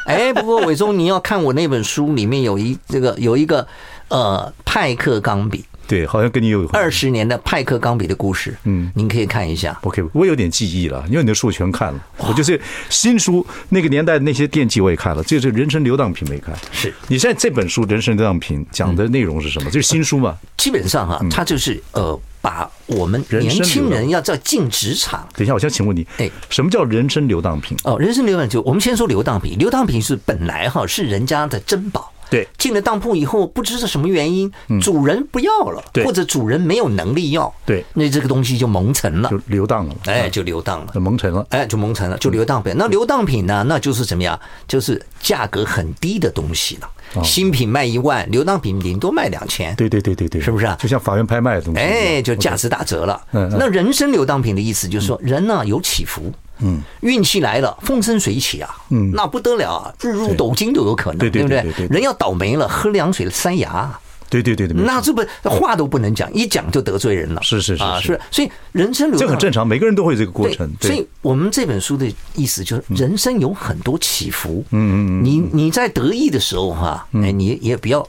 [SPEAKER 2] 哎，不过伟忠，你要看我那本书里面有一这个有一个呃派克钢笔
[SPEAKER 1] 对，好像跟你有
[SPEAKER 2] 二十年的派克钢笔的故事，嗯，您可以看一下。
[SPEAKER 1] OK，我有点记忆了，因为你的书我全看了，我就是新书那个年代那些电器我也看了，这是人生流荡品没看。
[SPEAKER 2] 是嗯
[SPEAKER 1] 你现在这本书《人生流荡品》讲的内容是什么？就是新书嘛，
[SPEAKER 2] 基本上啊，它就是呃把我们
[SPEAKER 1] 嗯人生
[SPEAKER 2] 年轻
[SPEAKER 1] 流浪
[SPEAKER 2] 人要在进职场。
[SPEAKER 1] 等一下，我先请问你
[SPEAKER 2] 哎，
[SPEAKER 1] 什么叫人生流荡品？
[SPEAKER 2] 哦，人生流浪就我们先说流荡品，流荡品是本来哈是人家的珍宝，
[SPEAKER 4] 对嗯
[SPEAKER 2] 进了当铺以后，不知是什么原因，主人不要了，
[SPEAKER 4] 对
[SPEAKER 2] 或者主人没有能力要，
[SPEAKER 4] 对
[SPEAKER 2] 那这个东西就蒙尘了
[SPEAKER 1] 就，流荡了嘛，
[SPEAKER 2] 哎，就流荡了。
[SPEAKER 1] 蒙尘了。
[SPEAKER 2] 哎，就蒙尘了，就
[SPEAKER 4] 嗯
[SPEAKER 2] 流荡品。那流荡品呢？那就是怎么样？就是价格很低的东西
[SPEAKER 4] 哦
[SPEAKER 2] 了。新品卖一万，流荡品顶多卖两千。
[SPEAKER 1] 对对对对对，
[SPEAKER 2] 是不是啊
[SPEAKER 1] 就像法院拍卖的东西一样，
[SPEAKER 2] 哎，就价值打折了。
[SPEAKER 1] 嗯嗯
[SPEAKER 2] 那人生流荡品的意思就是说，人呢有起伏，嗯，运气来了，风生水起啊，嗯，那不得了啊，日入斗金都有可能，
[SPEAKER 1] 对对
[SPEAKER 2] 不
[SPEAKER 1] 对对对对
[SPEAKER 2] 人要倒霉了，喝凉水塞牙，
[SPEAKER 1] 对对对对，没
[SPEAKER 2] 那这不话都不能讲，一讲就得罪人了。
[SPEAKER 1] 是是是
[SPEAKER 2] 啊，
[SPEAKER 1] 是
[SPEAKER 2] 是，所以人生流
[SPEAKER 1] 这
[SPEAKER 2] 荡
[SPEAKER 1] 很正常，每个人都会有这个过
[SPEAKER 2] 对，
[SPEAKER 1] 程。
[SPEAKER 2] 所以
[SPEAKER 1] 对，嗯
[SPEAKER 2] 我们这本书的意思就是，人生有很多起伏。嗯嗯嗯。你你在得意的时候哈、
[SPEAKER 1] 嗯
[SPEAKER 2] 哎，你也不要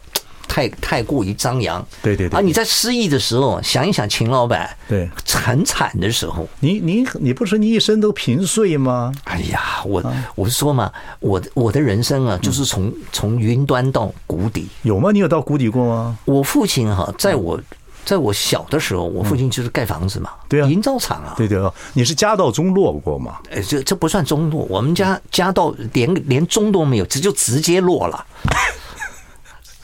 [SPEAKER 2] 太太过于张扬。
[SPEAKER 1] 对对对
[SPEAKER 2] 啊，
[SPEAKER 1] 对
[SPEAKER 2] 你在失意的时候，想一想秦老板，
[SPEAKER 1] 对
[SPEAKER 2] 很惨的时候，
[SPEAKER 1] 你你你不是你一生都平碎吗？
[SPEAKER 2] 哎呀，我
[SPEAKER 1] 啊
[SPEAKER 2] 我是说嘛，我的我的人生
[SPEAKER 1] 嗯
[SPEAKER 2] 啊，就是从从云端到谷底。
[SPEAKER 1] 有吗？你有到谷底过吗？
[SPEAKER 2] 我父亲哈、在我在我小的时候，我父亲就是盖房子嘛，
[SPEAKER 1] 嗯对啊
[SPEAKER 2] 营造厂啊，
[SPEAKER 1] 对对哦，你是家道中落过吗？
[SPEAKER 2] 哎，这这不算中落，我们
[SPEAKER 1] 嗯
[SPEAKER 2] 家家到连连中都没有，这就直接落了。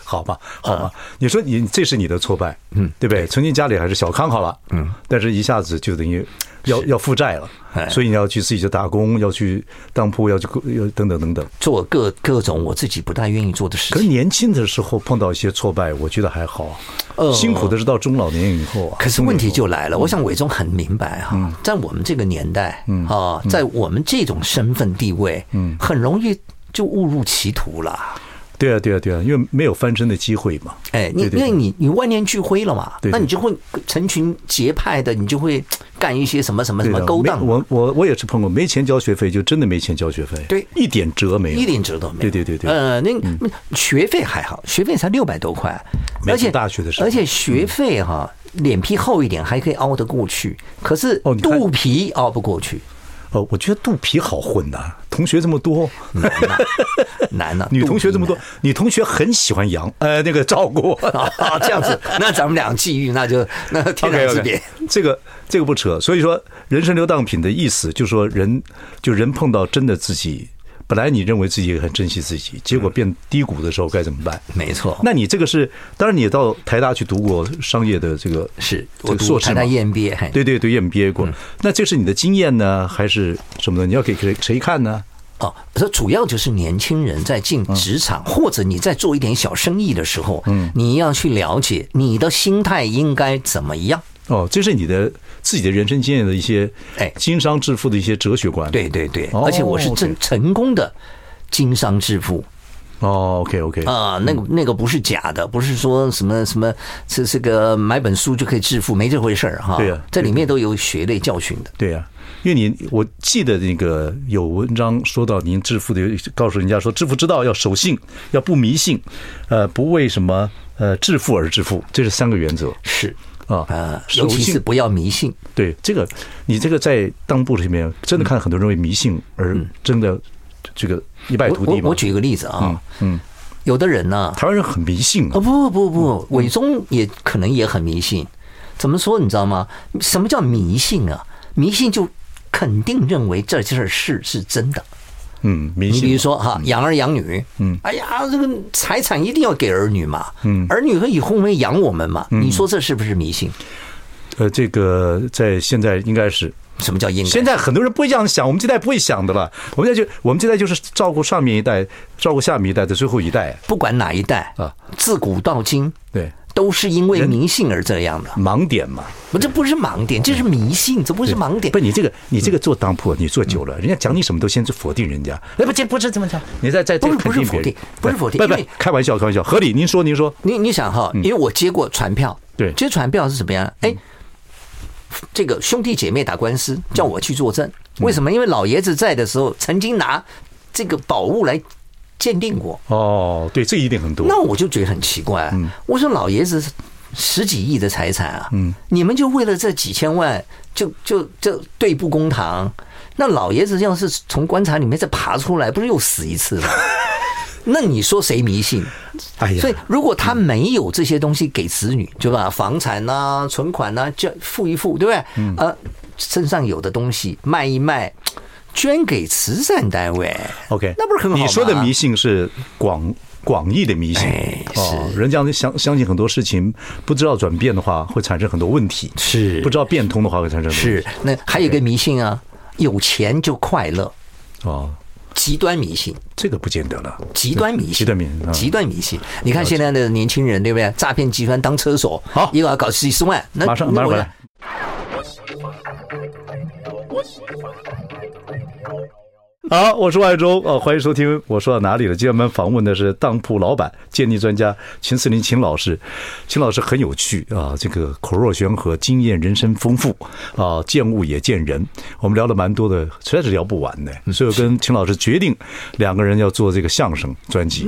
[SPEAKER 1] 好吧，好吧，
[SPEAKER 2] 嗯
[SPEAKER 1] 你说你这是你的挫败，嗯，对不对？曾经家里还是小康好了，嗯，但是一下子就等于要要负债了，
[SPEAKER 2] 哎
[SPEAKER 1] 所以你要去自己去打工，要去当铺，要去要等等等等。
[SPEAKER 2] 做各各种我自己不大愿意做的事
[SPEAKER 1] 可是
[SPEAKER 2] 情。
[SPEAKER 1] 年轻的时候碰到一些挫败，我觉得还好啊，
[SPEAKER 2] 呃
[SPEAKER 1] 辛苦的是到中老年以后啊。
[SPEAKER 2] 可是
[SPEAKER 1] 中年
[SPEAKER 2] 问题
[SPEAKER 1] 以后
[SPEAKER 2] 就来了，我想伟忠很明白哈、
[SPEAKER 1] 嗯
[SPEAKER 2] 在我们这个年代，啊，在我们这种身份地位，嗯，很容易就误入歧途了。
[SPEAKER 1] 对啊对啊对啊，因为没有翻身的机会嘛。
[SPEAKER 2] 哎，
[SPEAKER 1] 对
[SPEAKER 2] 你
[SPEAKER 1] 对
[SPEAKER 2] 因为你你万念俱灰了嘛，
[SPEAKER 1] 对对
[SPEAKER 2] 那你就会成群结派的，你就会干一些什么什么什
[SPEAKER 1] 对
[SPEAKER 2] 么
[SPEAKER 1] 的
[SPEAKER 2] 勾
[SPEAKER 1] 没
[SPEAKER 2] 当，
[SPEAKER 1] 我我我也是碰过，没钱交学费就真的没钱交学费，
[SPEAKER 2] 对
[SPEAKER 1] 一点辙没有，
[SPEAKER 2] 一点辙都没
[SPEAKER 1] 对
[SPEAKER 2] 有。
[SPEAKER 1] 对对对
[SPEAKER 2] 呃，那学费还好，学费才六百多块，
[SPEAKER 1] 美国
[SPEAKER 2] 而且
[SPEAKER 1] 大学的时候嗯
[SPEAKER 2] 而且学费哈、脸皮厚一点还可以熬得过去，可是
[SPEAKER 1] 哦你看
[SPEAKER 2] 肚皮熬不过去，
[SPEAKER 1] 哦，我觉得肚皮好混呐、同学这么多，
[SPEAKER 2] 难呐、难呐、
[SPEAKER 1] 女同学这么多
[SPEAKER 2] 肚，
[SPEAKER 1] 女同学很喜欢杨，呃，那个照 顾。
[SPEAKER 2] 皮难。啊，这样子，那咱们俩际遇那就那天壤 之
[SPEAKER 1] OK，OK，
[SPEAKER 2] 别。
[SPEAKER 1] 这个这个不扯。所以说，人生流荡品的意思，就是说人就人碰到真的自己，本来你认为自己很珍惜自己，结果变低谷的时候该怎么办？
[SPEAKER 2] 没错，
[SPEAKER 1] 那你这个是，当然你也到台大去读过商业的这个
[SPEAKER 2] 是
[SPEAKER 1] 这
[SPEAKER 2] 我
[SPEAKER 1] 个
[SPEAKER 2] 读
[SPEAKER 1] 硕士
[SPEAKER 2] 台大 E
[SPEAKER 1] 嘛
[SPEAKER 2] EMBA，嘿
[SPEAKER 1] 对对对，也 MBA
[SPEAKER 2] 嗯
[SPEAKER 1] 过。那这是你的经验呢，还是什么呢？你要给谁谁看呢？
[SPEAKER 2] 哦，这主要就是年轻人在进
[SPEAKER 1] 嗯
[SPEAKER 2] 职场、或者你在做一点小生意的时候，嗯，你要去了解你的心态应该怎么样。
[SPEAKER 1] 哦，这是你的自己的人生经验的一些，
[SPEAKER 2] 哎
[SPEAKER 1] 经商致富的一些哲学观。，
[SPEAKER 2] 对对对，
[SPEAKER 1] 哦
[SPEAKER 2] 而且我是
[SPEAKER 1] OK
[SPEAKER 2] 真成功的经商致富
[SPEAKER 1] 哦，OK OK，
[SPEAKER 2] 啊，那个那个不是假的，不是说什么什么这这个买本书就可以致富，没这回事儿哈。
[SPEAKER 1] 对啊
[SPEAKER 2] 这里面都有血泪教训的。
[SPEAKER 1] 对呀、因为你我记得那个有文章说到您致富的，告诉人家说致富之道要守信，要不迷信，呃，不为什么呃致富而致富，这是三个原则
[SPEAKER 2] 是
[SPEAKER 1] 啊
[SPEAKER 2] 啊，
[SPEAKER 1] 守
[SPEAKER 2] 尤其
[SPEAKER 1] 信
[SPEAKER 2] 是不要迷信。
[SPEAKER 1] 对这个，你这个在当铺里面真的
[SPEAKER 2] 嗯
[SPEAKER 1] 看很多人为迷信而真的这个一败
[SPEAKER 2] 我
[SPEAKER 1] 涂
[SPEAKER 2] 嗯我
[SPEAKER 1] 地嘛。
[SPEAKER 2] 我举个例子啊，嗯，有的人呢，
[SPEAKER 1] 台湾人很迷信啊，
[SPEAKER 2] 哦不不不，伟忠也可能也很迷信。怎么说你知道吗？什么叫迷信啊？迷信就肯定认为这件事是真的。
[SPEAKER 1] 嗯，迷
[SPEAKER 2] 你
[SPEAKER 1] 信。
[SPEAKER 2] 比如，说哈，养儿养女，嗯，哎呀，这个财产一定要给儿女嘛，嗯，儿女可以后面养我们
[SPEAKER 1] 嗯
[SPEAKER 2] 嘛，你说这是不是迷信？
[SPEAKER 1] 呃，这个在现在应该是
[SPEAKER 2] 什么叫应该
[SPEAKER 1] 现？在很多人不会这样想，我们这代不会想的了。我们这代就我们这代就是照顾上面一代，照顾下面一代的最后一代。
[SPEAKER 2] 不管哪一代
[SPEAKER 1] 啊，
[SPEAKER 2] 自古到今
[SPEAKER 1] 对，
[SPEAKER 2] 都是因为迷信而这样的，
[SPEAKER 1] 盲点嘛。
[SPEAKER 2] 不，这不是盲点，这是迷信，这不是盲点嗯
[SPEAKER 1] 不，。你这个你这个做当铺，啊你做久了，人家讲你什么都先去否定人家。哎，不，这不是这么讲。你在在
[SPEAKER 2] 不
[SPEAKER 1] 这
[SPEAKER 2] 是
[SPEAKER 1] 肯定别人哎
[SPEAKER 2] 不是否定不是否定
[SPEAKER 1] 不
[SPEAKER 2] 因
[SPEAKER 1] 不
[SPEAKER 2] 为，
[SPEAKER 1] 开玩笑开玩笑，合理。您说您说，
[SPEAKER 2] 你你想哈，因为我接过传票，
[SPEAKER 1] 嗯对嗯
[SPEAKER 2] 接传票是怎么样？哎，这个兄弟姐妹打官司，叫我去作
[SPEAKER 1] 嗯
[SPEAKER 2] 证，为什么？因为老爷子在的时候，曾经拿这个宝物来鉴定过，
[SPEAKER 1] 哦，对，这一定很多。
[SPEAKER 2] 那我就觉得很奇怪。啊
[SPEAKER 1] 嗯
[SPEAKER 2] 我说老爷子十几亿的财产啊，
[SPEAKER 1] 嗯
[SPEAKER 2] 你们就为了这几千万，就就就对簿公堂。那老爷子要是从棺材里面再爬出来，不是又死一次吗？ 那你说谁迷信？
[SPEAKER 1] 哎呀
[SPEAKER 2] 所以，如果他没有这些东西给子女，就把房产呐、存款呐、就付一付，对不对？
[SPEAKER 1] 嗯
[SPEAKER 2] 呃，身上有的东西卖一卖，捐给慈善单位。
[SPEAKER 1] OK，
[SPEAKER 2] 那不是很好吗
[SPEAKER 1] 你说的迷信是广广义的迷信
[SPEAKER 2] 哎
[SPEAKER 1] 哦，人家相相信很多事情不知道转变的话，会产生很多问题；
[SPEAKER 2] 是
[SPEAKER 1] 不知道变通的话，会产生很多问
[SPEAKER 2] 是
[SPEAKER 1] 题。
[SPEAKER 2] 那还有一个迷信啊，有钱就快乐，
[SPEAKER 1] 哦，
[SPEAKER 2] 极端迷信。
[SPEAKER 1] 这个不见得了。
[SPEAKER 2] 极端迷信，
[SPEAKER 1] 极端迷信啊
[SPEAKER 2] 极端迷信。你看现在的年轻人，对不对？诈骗集团当车手，
[SPEAKER 1] 好
[SPEAKER 2] 一个搞几十万，那
[SPEAKER 1] 马上马
[SPEAKER 2] 那
[SPEAKER 1] 上
[SPEAKER 2] 我
[SPEAKER 1] 回来。好，我是外周，呃，欢迎收听。我说到哪里了？今天我们访问的是当铺老板、鉴定专家秦四林秦老师。秦老师很有趣啊，这个口若悬河，经验人生丰富啊，见物也见人。我们聊了蛮多的，实在是聊不完的。所以我跟秦老师决定，两个人要做这个相声专辑，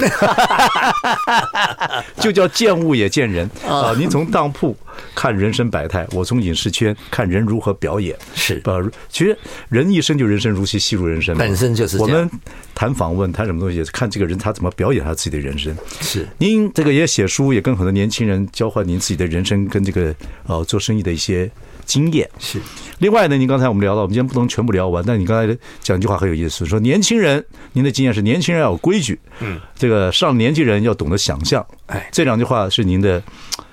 [SPEAKER 1] 就叫见物也见人啊。您从当铺看人生百态，我从影视圈看人如何表演。
[SPEAKER 2] 是
[SPEAKER 1] 呃，其实人一生就人生如戏，戏如人生嘛。
[SPEAKER 2] 本身就是这
[SPEAKER 1] 我
[SPEAKER 2] 样
[SPEAKER 1] 们谈访问，谈什么东西，也是看这个人他怎么表演他自己的人生。
[SPEAKER 2] 是
[SPEAKER 1] 您这个也写书，也跟很多年轻人交换您自己的人生跟这个呃做生意的一些经验。
[SPEAKER 2] 是
[SPEAKER 1] 另外呢，您刚才我们聊到，我们今天不能全部聊完，但你刚才讲一句话很有意思，说年轻人，您的经验是年轻人要有规矩，嗯，这个上年纪人要懂得想象，
[SPEAKER 2] 哎
[SPEAKER 1] 这两句话是您的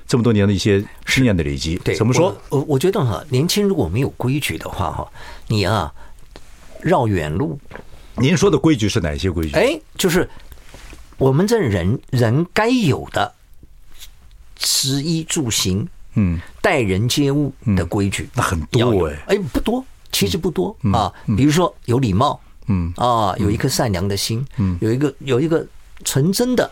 [SPEAKER 1] 这么多年的一些经验的累积。
[SPEAKER 2] 对。
[SPEAKER 1] 怎么说？
[SPEAKER 2] 我？我我觉得哈，年轻如果没有规矩的话哈，你啊绕远路，
[SPEAKER 1] 您说的规矩是哪些规矩？
[SPEAKER 2] 哎，就是我们这人人该有的食衣住行，
[SPEAKER 1] 嗯，
[SPEAKER 2] 待人接物的规矩，
[SPEAKER 1] 那很
[SPEAKER 2] 要有
[SPEAKER 1] 多哎、
[SPEAKER 2] 哎，不多，其实不多、啊。比如说有礼貌，
[SPEAKER 1] 嗯
[SPEAKER 2] 啊，有一颗善良的心，嗯，有一个有一个纯真的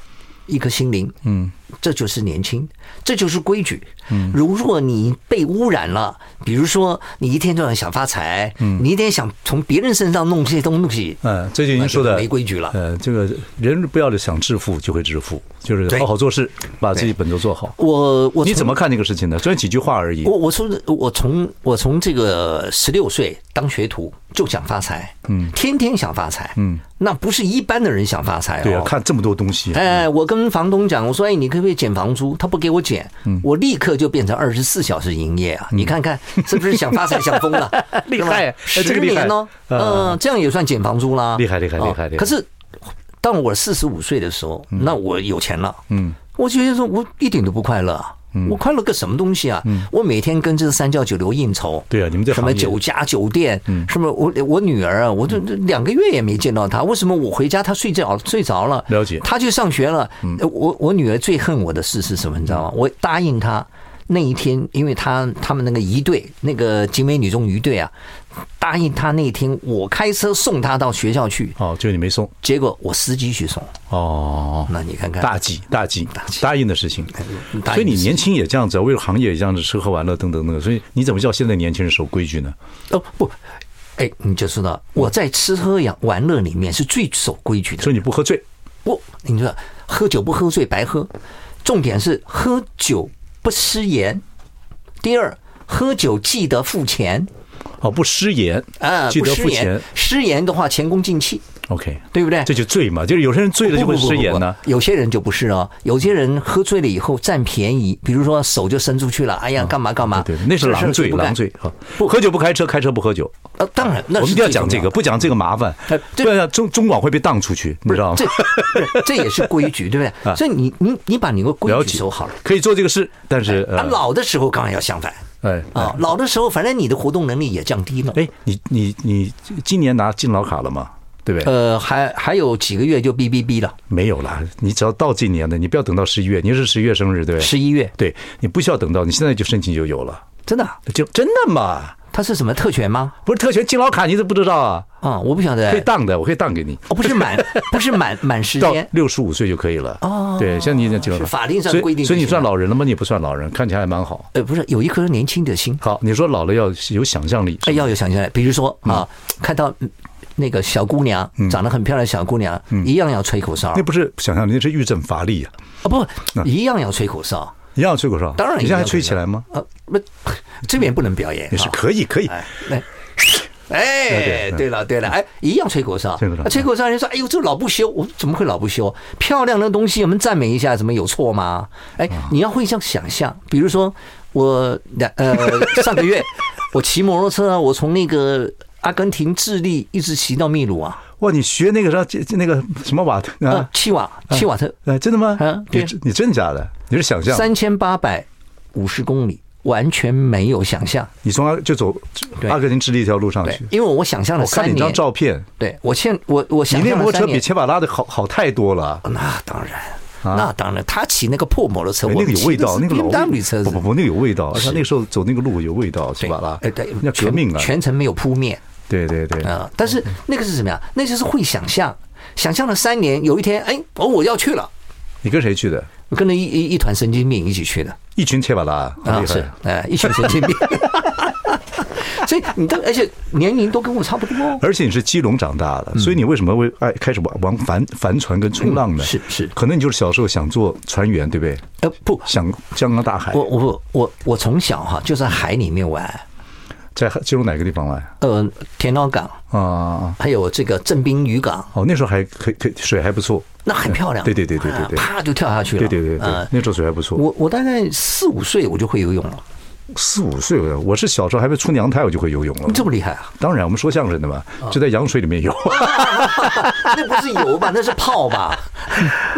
[SPEAKER 2] 一颗心灵，
[SPEAKER 1] 嗯，
[SPEAKER 2] 这就是年轻，这就是规矩。嗯，如若你被污染了，比如说你一天到晚想发财，嗯，你一天想从别人身上弄这些东西，
[SPEAKER 1] 嗯，这就
[SPEAKER 2] 那
[SPEAKER 1] 您
[SPEAKER 2] 就
[SPEAKER 1] 说的
[SPEAKER 2] 没规矩了
[SPEAKER 1] 呃，这个人不要想致富就会致富，就是
[SPEAKER 2] 对
[SPEAKER 1] 好好做事，把自己本职做好。
[SPEAKER 2] 我我
[SPEAKER 1] 你
[SPEAKER 2] 从
[SPEAKER 1] 怎么看这个事情呢？虽然几句话而已。
[SPEAKER 2] 我我说的我从我从这个十六岁当学徒就想发财，嗯，天天想发财，嗯，那不是一般的人想发财、哦，
[SPEAKER 1] 对啊，看这么多东西，
[SPEAKER 2] 哎，我跟房东讲，我说，哎，你可不可以减房租？他不给我减，
[SPEAKER 1] 嗯
[SPEAKER 2] 我立刻就变成二十四小时营业啊！你看看是不是想发财想疯了？
[SPEAKER 1] 厉害
[SPEAKER 2] 是
[SPEAKER 1] 哎这
[SPEAKER 2] 吧
[SPEAKER 1] 个
[SPEAKER 2] 十
[SPEAKER 1] 厉害
[SPEAKER 2] 年哦，
[SPEAKER 1] 嗯
[SPEAKER 2] 嗯，这样也算减房租啦，
[SPEAKER 1] 厉害厉害
[SPEAKER 2] 哦
[SPEAKER 1] 厉害厉害嗯
[SPEAKER 2] 可是当我四十五岁的时候，那我有钱了，嗯，我觉得说我一点都不快乐啊。
[SPEAKER 1] 嗯
[SPEAKER 2] 我快乐个什么东西啊？我每天跟这三教九流应酬，
[SPEAKER 1] 对啊你们这
[SPEAKER 2] 什么
[SPEAKER 1] 行业嗯
[SPEAKER 2] 酒家酒店，什么我我女儿啊，我这这两个月也没见到她，为什么我回家她睡觉睡着了？
[SPEAKER 1] 了解嗯
[SPEAKER 2] 她去上学了。呃我我女儿最恨我的事是什么？你知道吗？我答应她那一天，因为她他们那个一队那个景美女中一队啊，答应她那一天我开车送她到学校去，
[SPEAKER 1] 哦，就你没送
[SPEAKER 2] 结果我司机去送。
[SPEAKER 1] 哦，
[SPEAKER 2] 那你看看，
[SPEAKER 1] 大忌大忌，答应的事情。
[SPEAKER 2] 嗯答应
[SPEAKER 1] 所以你
[SPEAKER 2] 是
[SPEAKER 1] 年轻也这样子啊，为了行业也这样子吃喝玩乐等等等等，所以你怎么叫现在年轻人守规矩呢？
[SPEAKER 2] 哦不，哎，你就知道我在吃喝养玩乐里面是最守规矩的
[SPEAKER 1] 所。以你不喝醉，
[SPEAKER 2] 不，你说喝酒不喝醉白喝，重点是喝酒不失言。第二，喝酒记得付钱
[SPEAKER 1] 哦，不失言
[SPEAKER 2] 啊，
[SPEAKER 1] 记
[SPEAKER 2] 不
[SPEAKER 1] 得付
[SPEAKER 2] 失
[SPEAKER 1] 钱
[SPEAKER 2] 言。。失言的话前功尽弃，
[SPEAKER 1] OK，
[SPEAKER 2] 对不对？
[SPEAKER 1] 这就醉嘛，就是有些人醉了就会失言呢
[SPEAKER 2] 不不不不。不有些人就不是哦，有些人喝醉了以后占便宜，比如说手就伸出去了，哎呀，干嘛干嘛？
[SPEAKER 1] 啊对，那是
[SPEAKER 2] 这事儿
[SPEAKER 1] 狼醉，
[SPEAKER 2] 不干
[SPEAKER 1] 狼醉。啊！
[SPEAKER 2] 不
[SPEAKER 1] 喝酒不开车，开车不喝酒。
[SPEAKER 2] 呃，当然，那
[SPEAKER 1] 我们一定要讲这
[SPEAKER 2] 最重
[SPEAKER 1] 个，
[SPEAKER 2] 要的
[SPEAKER 1] 不讲这个麻烦
[SPEAKER 2] 哎，
[SPEAKER 1] 不
[SPEAKER 2] 这
[SPEAKER 1] 然中中广会被荡出去，你知道吗啊
[SPEAKER 2] 这？不是这也是规矩，对不对？所以你你你把你的规
[SPEAKER 1] 了
[SPEAKER 2] 矩
[SPEAKER 1] 解
[SPEAKER 2] 守好了。，
[SPEAKER 1] 可以做这个事，但是
[SPEAKER 2] 啊，
[SPEAKER 1] 呃，
[SPEAKER 2] 老的时候刚好要相反。
[SPEAKER 1] 哎
[SPEAKER 2] 啊、
[SPEAKER 1] 哎
[SPEAKER 2] 老的时候，反正你的活动能力也降低了。
[SPEAKER 1] 哎，你你你今年拿敬老卡了吗？对不对？
[SPEAKER 2] 呃，还还有几个月就 B B B 了，
[SPEAKER 1] 没有啦，你只要到今年的，你不要等到十一月，你是十一月生日对不对？
[SPEAKER 2] 十一月，
[SPEAKER 1] 对，你不需要等到，你现在就申请就有了，
[SPEAKER 2] 真的啊、
[SPEAKER 1] 就真的嘛？
[SPEAKER 2] 它是什么特权吗？
[SPEAKER 1] 不是特权敬老卡，你怎么不知道啊？
[SPEAKER 2] 啊、我不晓得
[SPEAKER 1] 可以，当的，我可以当给你。
[SPEAKER 2] 哦，不是满，不是满满时
[SPEAKER 1] 到
[SPEAKER 2] 间，
[SPEAKER 1] 六十五岁就可以了。
[SPEAKER 2] 哦
[SPEAKER 1] 对，像你这记
[SPEAKER 2] 是法律上规定
[SPEAKER 1] 所以所以你
[SPEAKER 2] 就行
[SPEAKER 1] 算
[SPEAKER 2] 了
[SPEAKER 1] 老人了吗？你也不算老人，看起来还蛮好。
[SPEAKER 2] 呃，不是有一颗年轻的心，
[SPEAKER 1] 好，你说老了要有想象力，
[SPEAKER 2] 哎，要有想象力。比如说啊，看到嗯那个小姑娘长得很漂亮，的小姑娘、一样要吹口哨，啊
[SPEAKER 1] 嗯
[SPEAKER 2] 哦
[SPEAKER 1] 那、不是想象力，那是预症乏力呀、
[SPEAKER 2] 不，一样要吹口哨。
[SPEAKER 1] 一样吹口哨，
[SPEAKER 2] 当然
[SPEAKER 1] 你
[SPEAKER 2] 一
[SPEAKER 1] 现
[SPEAKER 2] 样
[SPEAKER 1] 在还吹起来吗？
[SPEAKER 2] 啊，不，这边不能表演，
[SPEAKER 1] 也是
[SPEAKER 2] 啊
[SPEAKER 1] 可以，可以。
[SPEAKER 2] 哎，来。哎，对了对了，哎，一样吹口哨，
[SPEAKER 1] 吹口哨
[SPEAKER 2] 啊吹口哨人说，哎呦，这老不休，我怎么会老不休？漂亮的东西，我们赞美一下，怎么有错吗？哎，
[SPEAKER 1] 啊
[SPEAKER 2] 你要会这样想象，比如说我两呃上个 月我骑摩托车啊，我从那个阿根廷智利一直骑到秘鲁啊，
[SPEAKER 1] 哇，你学那个啥，这这那个什么瓦特
[SPEAKER 2] 呃
[SPEAKER 1] 啊，？
[SPEAKER 2] 七瓦七瓦特，
[SPEAKER 1] 哎，真的吗？
[SPEAKER 2] 啊
[SPEAKER 1] 你
[SPEAKER 2] 对
[SPEAKER 1] 你真的假的？你是想象？
[SPEAKER 2] 三千八百五十公里，完全没有想象。
[SPEAKER 1] 你从阿就走
[SPEAKER 2] 对
[SPEAKER 1] 阿根廷智利一条路上
[SPEAKER 2] 对
[SPEAKER 1] 去，。
[SPEAKER 2] 因为我想象
[SPEAKER 1] 啊
[SPEAKER 2] 了
[SPEAKER 1] 我看
[SPEAKER 2] 三
[SPEAKER 1] 你那张，
[SPEAKER 2] 年
[SPEAKER 1] 照片，
[SPEAKER 2] 对我现我我
[SPEAKER 1] 你
[SPEAKER 2] 想
[SPEAKER 1] 那
[SPEAKER 2] 象
[SPEAKER 1] 摩托
[SPEAKER 2] 了
[SPEAKER 1] 车
[SPEAKER 2] 三
[SPEAKER 1] 比
[SPEAKER 2] 年。呃
[SPEAKER 1] 切瓦拉的好好太多了。啊
[SPEAKER 2] 哦那当然，那当然，他骑那个破摩托车，
[SPEAKER 1] 哎
[SPEAKER 2] 我
[SPEAKER 1] 那个有味道，那个老
[SPEAKER 2] B W 车
[SPEAKER 1] 不
[SPEAKER 2] 子
[SPEAKER 1] 不不，那个有味道。而且
[SPEAKER 2] 是
[SPEAKER 1] 那个时候走那个路有味道，切
[SPEAKER 2] 对
[SPEAKER 1] 瓦拉，
[SPEAKER 2] 哎对，
[SPEAKER 1] 那革
[SPEAKER 2] 全
[SPEAKER 1] 命啊！
[SPEAKER 2] 全程没有扑灭
[SPEAKER 1] 对对对，
[SPEAKER 2] 啊。但是那个是什么呀？那就是会想象，想象了三年，有一天，哎，哦，我要去了，
[SPEAKER 1] 你跟谁去的？
[SPEAKER 2] 我跟着一一一团神经病一起去的。
[SPEAKER 1] 一群切瓦拉，好
[SPEAKER 2] 啊，
[SPEAKER 1] 厉
[SPEAKER 2] 是
[SPEAKER 1] 害！，
[SPEAKER 2] 哎，一群神经病。 所以你都，而且年龄都跟我差不多。
[SPEAKER 1] 而且你是基隆长大
[SPEAKER 2] 嗯
[SPEAKER 1] 的，所以你为什么会爱开始玩玩帆帆船跟冲浪呢？
[SPEAKER 2] 嗯是是
[SPEAKER 1] 可能你就是小时候想做船员，对不对？
[SPEAKER 2] 呃，不，
[SPEAKER 1] 想江洋大海，
[SPEAKER 2] 我我不我我从小哈就在海里面玩，
[SPEAKER 1] 在基隆哪个地方玩
[SPEAKER 2] 呃，田螺港
[SPEAKER 1] 啊啊？啊
[SPEAKER 2] 还有这个正滨渔港，
[SPEAKER 1] 哦，那时候还可以可以水还不错，
[SPEAKER 2] 那很漂亮。
[SPEAKER 1] 对对对对对对
[SPEAKER 2] 啊啪就跳下去了。
[SPEAKER 1] 对对对对
[SPEAKER 2] 呃，
[SPEAKER 1] 那时候水还不错。
[SPEAKER 2] 我我大概四五岁我就会游泳了，
[SPEAKER 1] 四五岁，我是小时候还没出娘胎，我就会游泳了。
[SPEAKER 2] 这么厉害啊？
[SPEAKER 1] 当然，我们说相声的嘛，就在羊水里面 游。
[SPEAKER 2] 那不是游吧，那是泡 吧？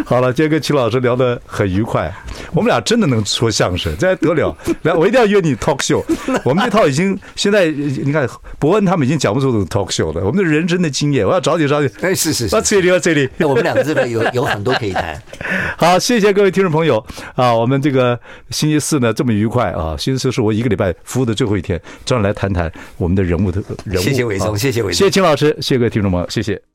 [SPEAKER 1] 好了，今天跟齐老师聊得很愉快，我们俩真的能说相声，这还得 了？来，我一定要约你 talk show。我们这套已经现在，你看伯恩他们已经讲不出这种 talk show 了。我们的人生的经验，我要找你 找你。
[SPEAKER 2] 哎，是是
[SPEAKER 1] 到啊这里，到这里。
[SPEAKER 2] 我们两个这边有有很多可以谈。
[SPEAKER 1] 好，谢谢各位听众朋友啊！我们这个星期四呢这么愉快啊，星期四是我一个礼拜服务的最后一 天，这样来谈谈我们的人物的人物。
[SPEAKER 2] 谢谢伟忠
[SPEAKER 1] 啊
[SPEAKER 2] 谢谢伟忠
[SPEAKER 1] 谢谢秦老师，谢谢各位听众朋友，谢谢。